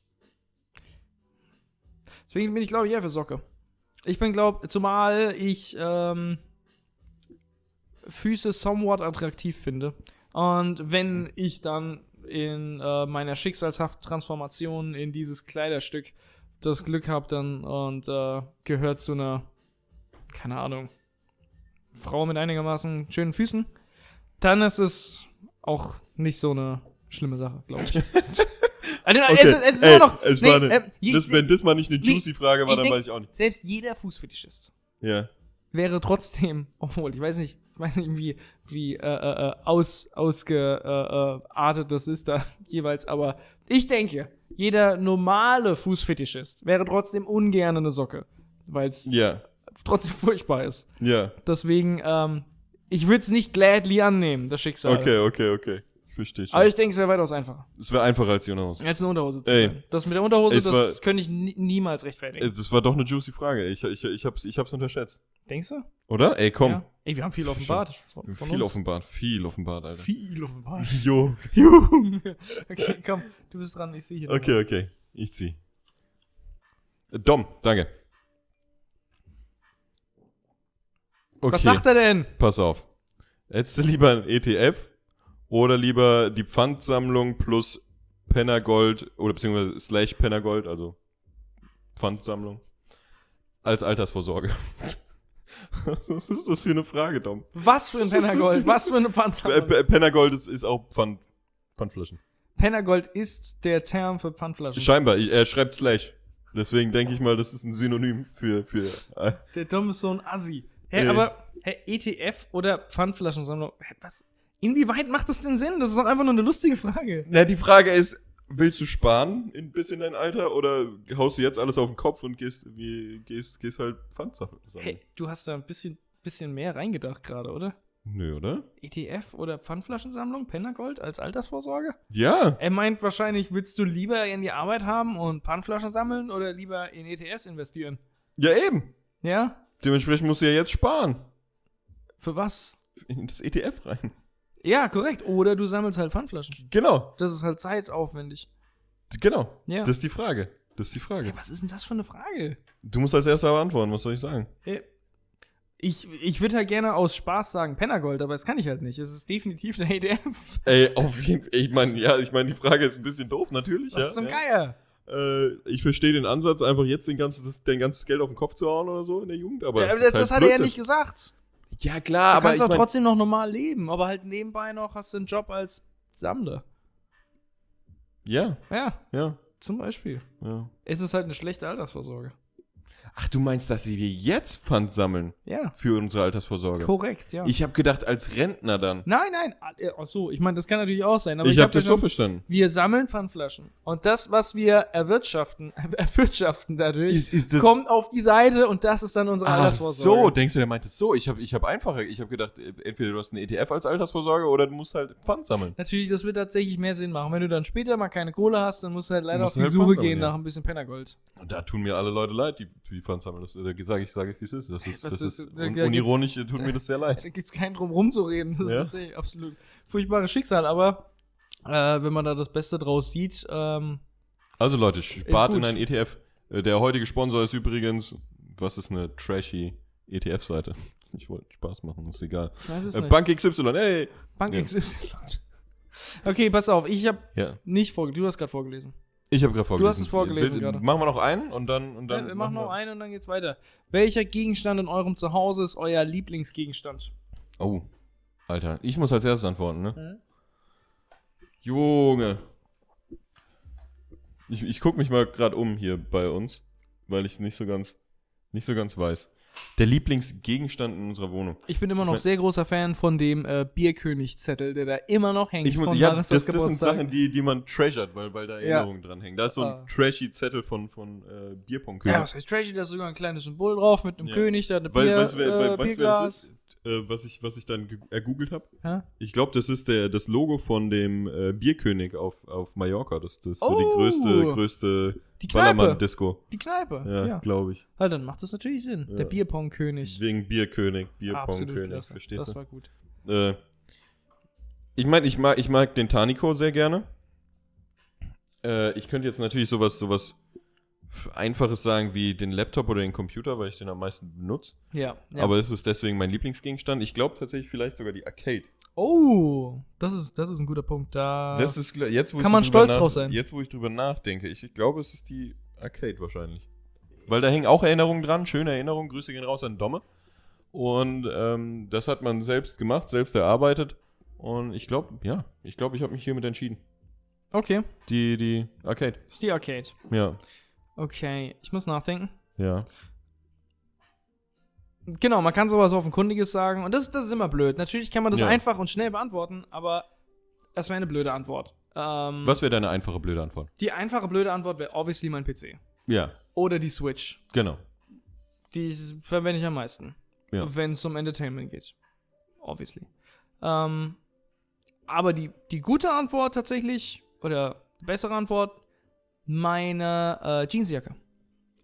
[SPEAKER 1] Deswegen bin ich, glaube ich, eher für Socke. Ich bin, glaube zumal ich ähm, Füße somewhat attraktiv finde. Und wenn ich dann in äh, meiner schicksalshaften Transformation in dieses Kleiderstück das Glück habe, dann und äh, gehört zu einer, keine Ahnung, Frau mit einigermaßen schönen Füßen, dann ist es auch nicht so eine schlimme Sache, glaube
[SPEAKER 2] <laughs>
[SPEAKER 1] ich. Also, es, ist- es ist
[SPEAKER 2] Ey,
[SPEAKER 1] immer noch.
[SPEAKER 2] es
[SPEAKER 1] nee,
[SPEAKER 2] war eine,
[SPEAKER 1] ähm, je-
[SPEAKER 2] das, wenn das mal nicht eine
[SPEAKER 1] Nee,
[SPEAKER 2] juicy Frage war,
[SPEAKER 1] ich
[SPEAKER 2] dann
[SPEAKER 1] denk-
[SPEAKER 2] weiß ich auch nicht.
[SPEAKER 1] selbst jeder Fußfetischist
[SPEAKER 2] Ja.
[SPEAKER 1] wäre trotzdem, <laughs> obwohl ich weiß nicht, ich weiß nicht, wie, wie äh, äh, äh, aus, ausgeartet äh, artet das ist da <laughs> jeweils, aber ich denke, jeder normale Fußfetischist wäre trotzdem ungern eine Socke, weil es
[SPEAKER 2] Ja.
[SPEAKER 1] trotzdem <laughs> furchtbar ist.
[SPEAKER 2] Ja.
[SPEAKER 1] Deswegen, ähm, ich würde es nicht gladly annehmen, das Schicksal.
[SPEAKER 2] Okay, okay, okay. Ich verstehe schon.
[SPEAKER 1] Aber ich denke, es wäre weitaus einfacher,
[SPEAKER 2] Es wäre einfacher als die Hose.
[SPEAKER 1] als eine Unterhose zu
[SPEAKER 2] Ey.
[SPEAKER 1] sein. Das mit der Unterhose,
[SPEAKER 2] Es
[SPEAKER 1] das
[SPEAKER 2] war-
[SPEAKER 1] könnte ich nie, niemals rechtfertigen.
[SPEAKER 2] Das war doch eine juicy Frage. Ich, ich, ich, hab's, ich hab's unterschätzt.
[SPEAKER 1] Denkst du?
[SPEAKER 2] Oder? Ey, komm.
[SPEAKER 1] Ja. Ey, wir haben viel offenbart. Von, von
[SPEAKER 2] Viel
[SPEAKER 1] uns.
[SPEAKER 2] offenbart. Viel offenbart, Alter.
[SPEAKER 1] Viel offenbart.
[SPEAKER 2] <laughs> Jo.
[SPEAKER 1] <laughs> Junge. Okay, komm, du bist dran, ich sehe hier. noch
[SPEAKER 2] Okay, okay. Ich zieh. Äh, Dom, danke.
[SPEAKER 1] was.
[SPEAKER 2] Okay,
[SPEAKER 1] Was sagt er denn?
[SPEAKER 2] pass auf. Hättest du lieber ein ETF oder lieber die Pfandsammlung plus Pennergold oder beziehungsweise slash Pennergold, also Pfandsammlung, als Altersvorsorge? <laughs> Was ist das für eine Frage, Dom?
[SPEAKER 1] Was für ein
[SPEAKER 2] Was ist das
[SPEAKER 1] Pennergold?
[SPEAKER 2] für-
[SPEAKER 1] Was für eine
[SPEAKER 2] Äh,
[SPEAKER 1] Pfandsammlung?
[SPEAKER 2] P- Pennergold ist, ist auch Pfand, Pfandflaschen.
[SPEAKER 1] Pennergold ist der Term für Pfandflaschen.
[SPEAKER 2] Scheinbar, ich- er schreibt slash. Deswegen denke ich mal, das ist ein Synonym für, für äh,
[SPEAKER 1] Der Dumme ist so ein Assi. Hä,
[SPEAKER 2] Ey.
[SPEAKER 1] aber hä, ETF oder Pfandflaschensammlung? Hä, was? Inwieweit macht das denn Sinn? Das ist doch einfach nur eine lustige Frage.
[SPEAKER 2] Na, die Frage ist, willst du sparen in, bis in dein Alter oder haust du jetzt alles auf den Kopf und gehst, wie, gehst, gehst halt Pfand sammeln?
[SPEAKER 1] Hey, du hast da ein bisschen, bisschen mehr reingedacht gerade, oder?
[SPEAKER 2] Nö, oder?
[SPEAKER 1] ETF oder Pfandflaschensammlung? Pennergold als Altersvorsorge?
[SPEAKER 2] Ja.
[SPEAKER 1] Er meint wahrscheinlich, willst du lieber in die Arbeit haben und Pfandflaschen sammeln oder lieber in ETFs investieren?
[SPEAKER 2] Ja, eben.
[SPEAKER 1] Ja?
[SPEAKER 2] Dementsprechend musst du ja jetzt sparen.
[SPEAKER 1] Für was?
[SPEAKER 2] In das ETF rein.
[SPEAKER 1] Ja, korrekt. Oder du sammelst halt Pfandflaschen.
[SPEAKER 2] Genau.
[SPEAKER 1] Das ist halt zeitaufwendig.
[SPEAKER 2] Genau.
[SPEAKER 1] Ja.
[SPEAKER 2] Das ist die Frage. Das ist die Frage.
[SPEAKER 1] Ey, was ist denn das für eine Frage?
[SPEAKER 2] Du musst als erster antworten, was soll ich sagen?
[SPEAKER 1] Ey, ich ich würde halt gerne aus Spaß sagen Pennergold, aber das kann ich halt nicht. Es ist definitiv E der EDF.
[SPEAKER 2] Ey, auf jeden Fall. Ich meine, ja, ich meine, die Frage ist ein bisschen doof, natürlich.
[SPEAKER 1] Was
[SPEAKER 2] ja,
[SPEAKER 1] ist zum
[SPEAKER 2] ja.
[SPEAKER 1] Geier?
[SPEAKER 2] Äh, ich verstehe den Ansatz, einfach jetzt den ganzen, das, dein ganzes Geld auf den Kopf zu hauen oder so in der Jugend, aber.
[SPEAKER 1] Ja,
[SPEAKER 2] das,
[SPEAKER 1] aber das,
[SPEAKER 2] ist halt
[SPEAKER 1] das hat er ja
[SPEAKER 2] Blödsinn.
[SPEAKER 1] nicht gesagt.
[SPEAKER 2] Ja,
[SPEAKER 1] Du
[SPEAKER 2] klar, aber.
[SPEAKER 1] kannst
[SPEAKER 2] Ich
[SPEAKER 1] auch
[SPEAKER 2] mein,
[SPEAKER 1] trotzdem noch normal leben, aber halt nebenbei noch hast du einen Job als Sammler.
[SPEAKER 2] ja,
[SPEAKER 1] Ja,
[SPEAKER 2] ja,
[SPEAKER 1] zum Beispiel.
[SPEAKER 2] ja.
[SPEAKER 1] Es ist halt eine schlechte Altersvorsorge.
[SPEAKER 2] Ach, du meinst, dass wir jetzt Pfand sammeln
[SPEAKER 1] Ja,
[SPEAKER 2] für unsere Altersvorsorge?
[SPEAKER 1] korrekt, ja.
[SPEAKER 2] Ich habe gedacht, als Rentner dann.
[SPEAKER 1] nein, nein. ah, äh, Ach so, ich meine, das kann natürlich auch sein. Aber
[SPEAKER 2] ich
[SPEAKER 1] ich,
[SPEAKER 2] habe
[SPEAKER 1] hab
[SPEAKER 2] das
[SPEAKER 1] ja schon-
[SPEAKER 2] so verstanden.
[SPEAKER 1] Wir sammeln Pfandflaschen. Und das, was wir erwirtschaften, <laughs> erwirtschaften dadurch,
[SPEAKER 2] Ist, ist das
[SPEAKER 1] kommt auf die Seite und das ist dann unsere
[SPEAKER 2] Ach so,
[SPEAKER 1] Altersvorsorge.
[SPEAKER 2] denkst du, der meint es so? Ich habe ich hab einfacher, ich habe gedacht, äh, entweder du hast einen ETF als Altersvorsorge oder du musst halt Pfand sammeln.
[SPEAKER 1] Natürlich, das wird tatsächlich mehr Sinn machen. Wenn du dann später mal keine Kohle hast, dann musst du halt leider auf
[SPEAKER 2] Musst
[SPEAKER 1] die
[SPEAKER 2] du halt
[SPEAKER 1] Suche
[SPEAKER 2] Pfand
[SPEAKER 1] gehen
[SPEAKER 2] sammeln, ja.
[SPEAKER 1] nach ein bisschen Pennergold. <laughs>
[SPEAKER 2] Und da tun mir alle Leute leid, die, die Pfand sammeln. Das, äh, sag ich sage ich, wie es ist. Das ist,
[SPEAKER 1] Das
[SPEAKER 2] das
[SPEAKER 1] ist-
[SPEAKER 2] ist,
[SPEAKER 1] da-
[SPEAKER 2] un
[SPEAKER 1] da <laughs>
[SPEAKER 2] unironisch, äh, tut mir das sehr leid.
[SPEAKER 1] Da gibt es keinen drum rumzureden. Das
[SPEAKER 2] Ja.
[SPEAKER 1] ist tatsächlich absolut furchtbares Schicksal, aber Äh, wenn man da das Beste draus sieht, ähm,
[SPEAKER 2] Also Leute, spart in
[SPEAKER 1] gut.
[SPEAKER 2] einen ETF. Äh, Der heutige Sponsor ist übrigens, was ist eine trashy ETF-Seite? <laughs> Ich wollte Spaß machen, ist egal.
[SPEAKER 1] ich weiß es
[SPEAKER 2] Äh,
[SPEAKER 1] nicht.
[SPEAKER 2] Bank XY, ey!
[SPEAKER 1] Bank
[SPEAKER 2] ja.
[SPEAKER 1] XY. <laughs> Okay, pass auf, ich habe
[SPEAKER 2] Ja,
[SPEAKER 1] nicht vorgelesen, du hast gerade vorgelesen.
[SPEAKER 2] ich habe gerade vorgelesen.
[SPEAKER 1] hast es vorgelesen
[SPEAKER 2] Will-
[SPEAKER 1] gerade.
[SPEAKER 2] Machen wir noch einen und dann. Und dann
[SPEAKER 1] ja, wir machen noch
[SPEAKER 2] wir-
[SPEAKER 1] einen und dann geht's weiter. Welcher Gegenstand in eurem Zuhause ist euer Lieblingsgegenstand?
[SPEAKER 2] Oh, Alter, ich muss als erstes antworten, ne?
[SPEAKER 1] Mhm.
[SPEAKER 2] Junge. Ich, ich guck mich mal gerade um hier bei uns, weil ich nicht so ganz, nicht so ganz weiß. Der Lieblingsgegenstand in unserer Wohnung.
[SPEAKER 1] Ich bin immer
[SPEAKER 2] Ich
[SPEAKER 1] noch
[SPEAKER 2] mein-
[SPEAKER 1] sehr großer Fan von dem äh, Bierkönig-Zettel, der da immer noch hängt
[SPEAKER 2] Ich muss,
[SPEAKER 1] von
[SPEAKER 2] ja,
[SPEAKER 1] Larissas
[SPEAKER 2] das, das sind
[SPEAKER 1] Geburtstag.
[SPEAKER 2] Sachen, die, die man treasured, weil, weil da
[SPEAKER 1] Ja.
[SPEAKER 2] Erinnerungen dranhängen. Da ist so ein
[SPEAKER 1] Ah.
[SPEAKER 2] trashy Zettel von, von äh, Bierpongkönig.
[SPEAKER 1] ja, was heißt Trashy? Da ist sogar ein kleines Symbol drauf mit einem
[SPEAKER 2] Ja.
[SPEAKER 1] König, da hat eine
[SPEAKER 2] Weil,
[SPEAKER 1] Bier,
[SPEAKER 2] weißt du, wer,
[SPEAKER 1] äh,
[SPEAKER 2] weil, weißt du, wer das
[SPEAKER 1] Bierglas.
[SPEAKER 2] ist? Äh, was, ich, was ich dann ge- ergoogelt habe?
[SPEAKER 1] Hä?
[SPEAKER 2] Ich glaube, das ist der, das Logo von dem äh, Bierkönig auf, auf Mallorca. Das, das ist so
[SPEAKER 1] Oh.
[SPEAKER 2] die größte, größte
[SPEAKER 1] Die Kneipe.
[SPEAKER 2] Ballermann-Disco.
[SPEAKER 1] Die Kneipe.
[SPEAKER 2] Ja,
[SPEAKER 1] Ja.
[SPEAKER 2] glaube ich.
[SPEAKER 1] Ah, dann macht das natürlich Sinn.
[SPEAKER 2] Ja.
[SPEAKER 1] Der Bierpong-König.
[SPEAKER 2] Wegen Bierkönig,
[SPEAKER 1] Absolut
[SPEAKER 2] Bierpongkönig,
[SPEAKER 1] klasse.
[SPEAKER 2] verstehst
[SPEAKER 1] Das
[SPEAKER 2] du?
[SPEAKER 1] war gut.
[SPEAKER 2] Äh, ich meine, ich mag, ich mag den Taniko sehr gerne. Äh, ich könnte jetzt natürlich sowas, sowas Einfaches sagen wie den Laptop oder den Computer, weil ich den am meisten benutze.
[SPEAKER 1] Ja. ja.
[SPEAKER 2] Aber es ist deswegen mein Lieblingsgegenstand. Ich glaube tatsächlich vielleicht sogar die Arcade.
[SPEAKER 1] oh, das ist, das ist ein guter Punkt. Da
[SPEAKER 2] Das ist gl- jetzt, wo
[SPEAKER 1] Ah. Kann
[SPEAKER 2] ich
[SPEAKER 1] man
[SPEAKER 2] drüber
[SPEAKER 1] stolz
[SPEAKER 2] nach-
[SPEAKER 1] drauf sein.
[SPEAKER 2] Jetzt, wo ich drüber nachdenke, ich, ich glaube, es ist die Arcade wahrscheinlich. Weil da hängen auch Erinnerungen dran, schöne Erinnerungen. Grüße gehen raus an Domme. Und ähm, das hat man selbst gemacht, selbst erarbeitet. Und ich glaube, ja, ich glaube, ich habe mich hiermit entschieden.
[SPEAKER 1] okay,
[SPEAKER 2] Die, die Arcade.
[SPEAKER 1] ist die Arcade.
[SPEAKER 2] Ja,
[SPEAKER 1] Okay, ich muss nachdenken.
[SPEAKER 2] ja.
[SPEAKER 1] Genau, man kann sowas Offenkundiges sagen und das, das ist immer blöd. Natürlich kann man das
[SPEAKER 2] Ja.
[SPEAKER 1] einfach und schnell beantworten, aber das wäre eine blöde Antwort. Ähm,
[SPEAKER 2] Was wäre deine einfache blöde Antwort?
[SPEAKER 1] Die einfache blöde Antwort wäre obviously mein PC.
[SPEAKER 2] Ja,
[SPEAKER 1] Oder die Switch.
[SPEAKER 2] genau.
[SPEAKER 1] Die s- verwende ich am meisten.
[SPEAKER 2] Ja.
[SPEAKER 1] Wenn es um Entertainment geht. Obviously. Ähm, aber die, die gute Antwort tatsächlich, oder die bessere Antwort, meine äh, Jeansjacke.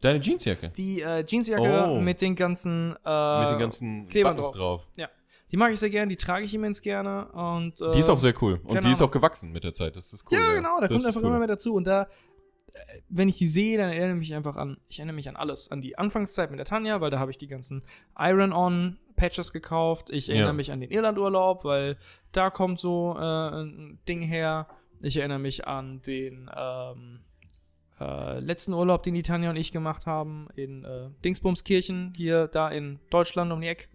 [SPEAKER 2] Deine Jeansjacke.
[SPEAKER 1] Die äh, Jeansjacke
[SPEAKER 2] Oh.
[SPEAKER 1] mit den ganzen. Äh,
[SPEAKER 2] mit den ganzen
[SPEAKER 1] Kleber
[SPEAKER 2] Buttons drauf.
[SPEAKER 1] Die mag ich sehr gerne, die trage ich immens gerne. Und, äh,
[SPEAKER 2] Die ist auch sehr cool. Und
[SPEAKER 1] keine
[SPEAKER 2] die ist
[SPEAKER 1] Ahnung.
[SPEAKER 2] auch gewachsen mit der Zeit. Das ist cool.
[SPEAKER 1] Ja, genau, da
[SPEAKER 2] Das
[SPEAKER 1] kommt
[SPEAKER 2] ist
[SPEAKER 1] einfach
[SPEAKER 2] cool.
[SPEAKER 1] immer mehr dazu. Und da, äh, wenn ich die sehe, dann erinnere ich mich einfach an, ich erinnere mich an alles. An die Anfangszeit mit der Tanja, weil da habe ich die ganzen Iron-On-Patches gekauft. Ich erinnere
[SPEAKER 2] Ja.
[SPEAKER 1] mich an den Irlandurlaub, weil da kommt so äh, ein Ding her. Ich erinnere mich an den ähm, äh, letzten Urlaub, den die Tanja und ich gemacht haben, in äh, Dingsbumskirchen, hier da in Deutschland um die Ecke.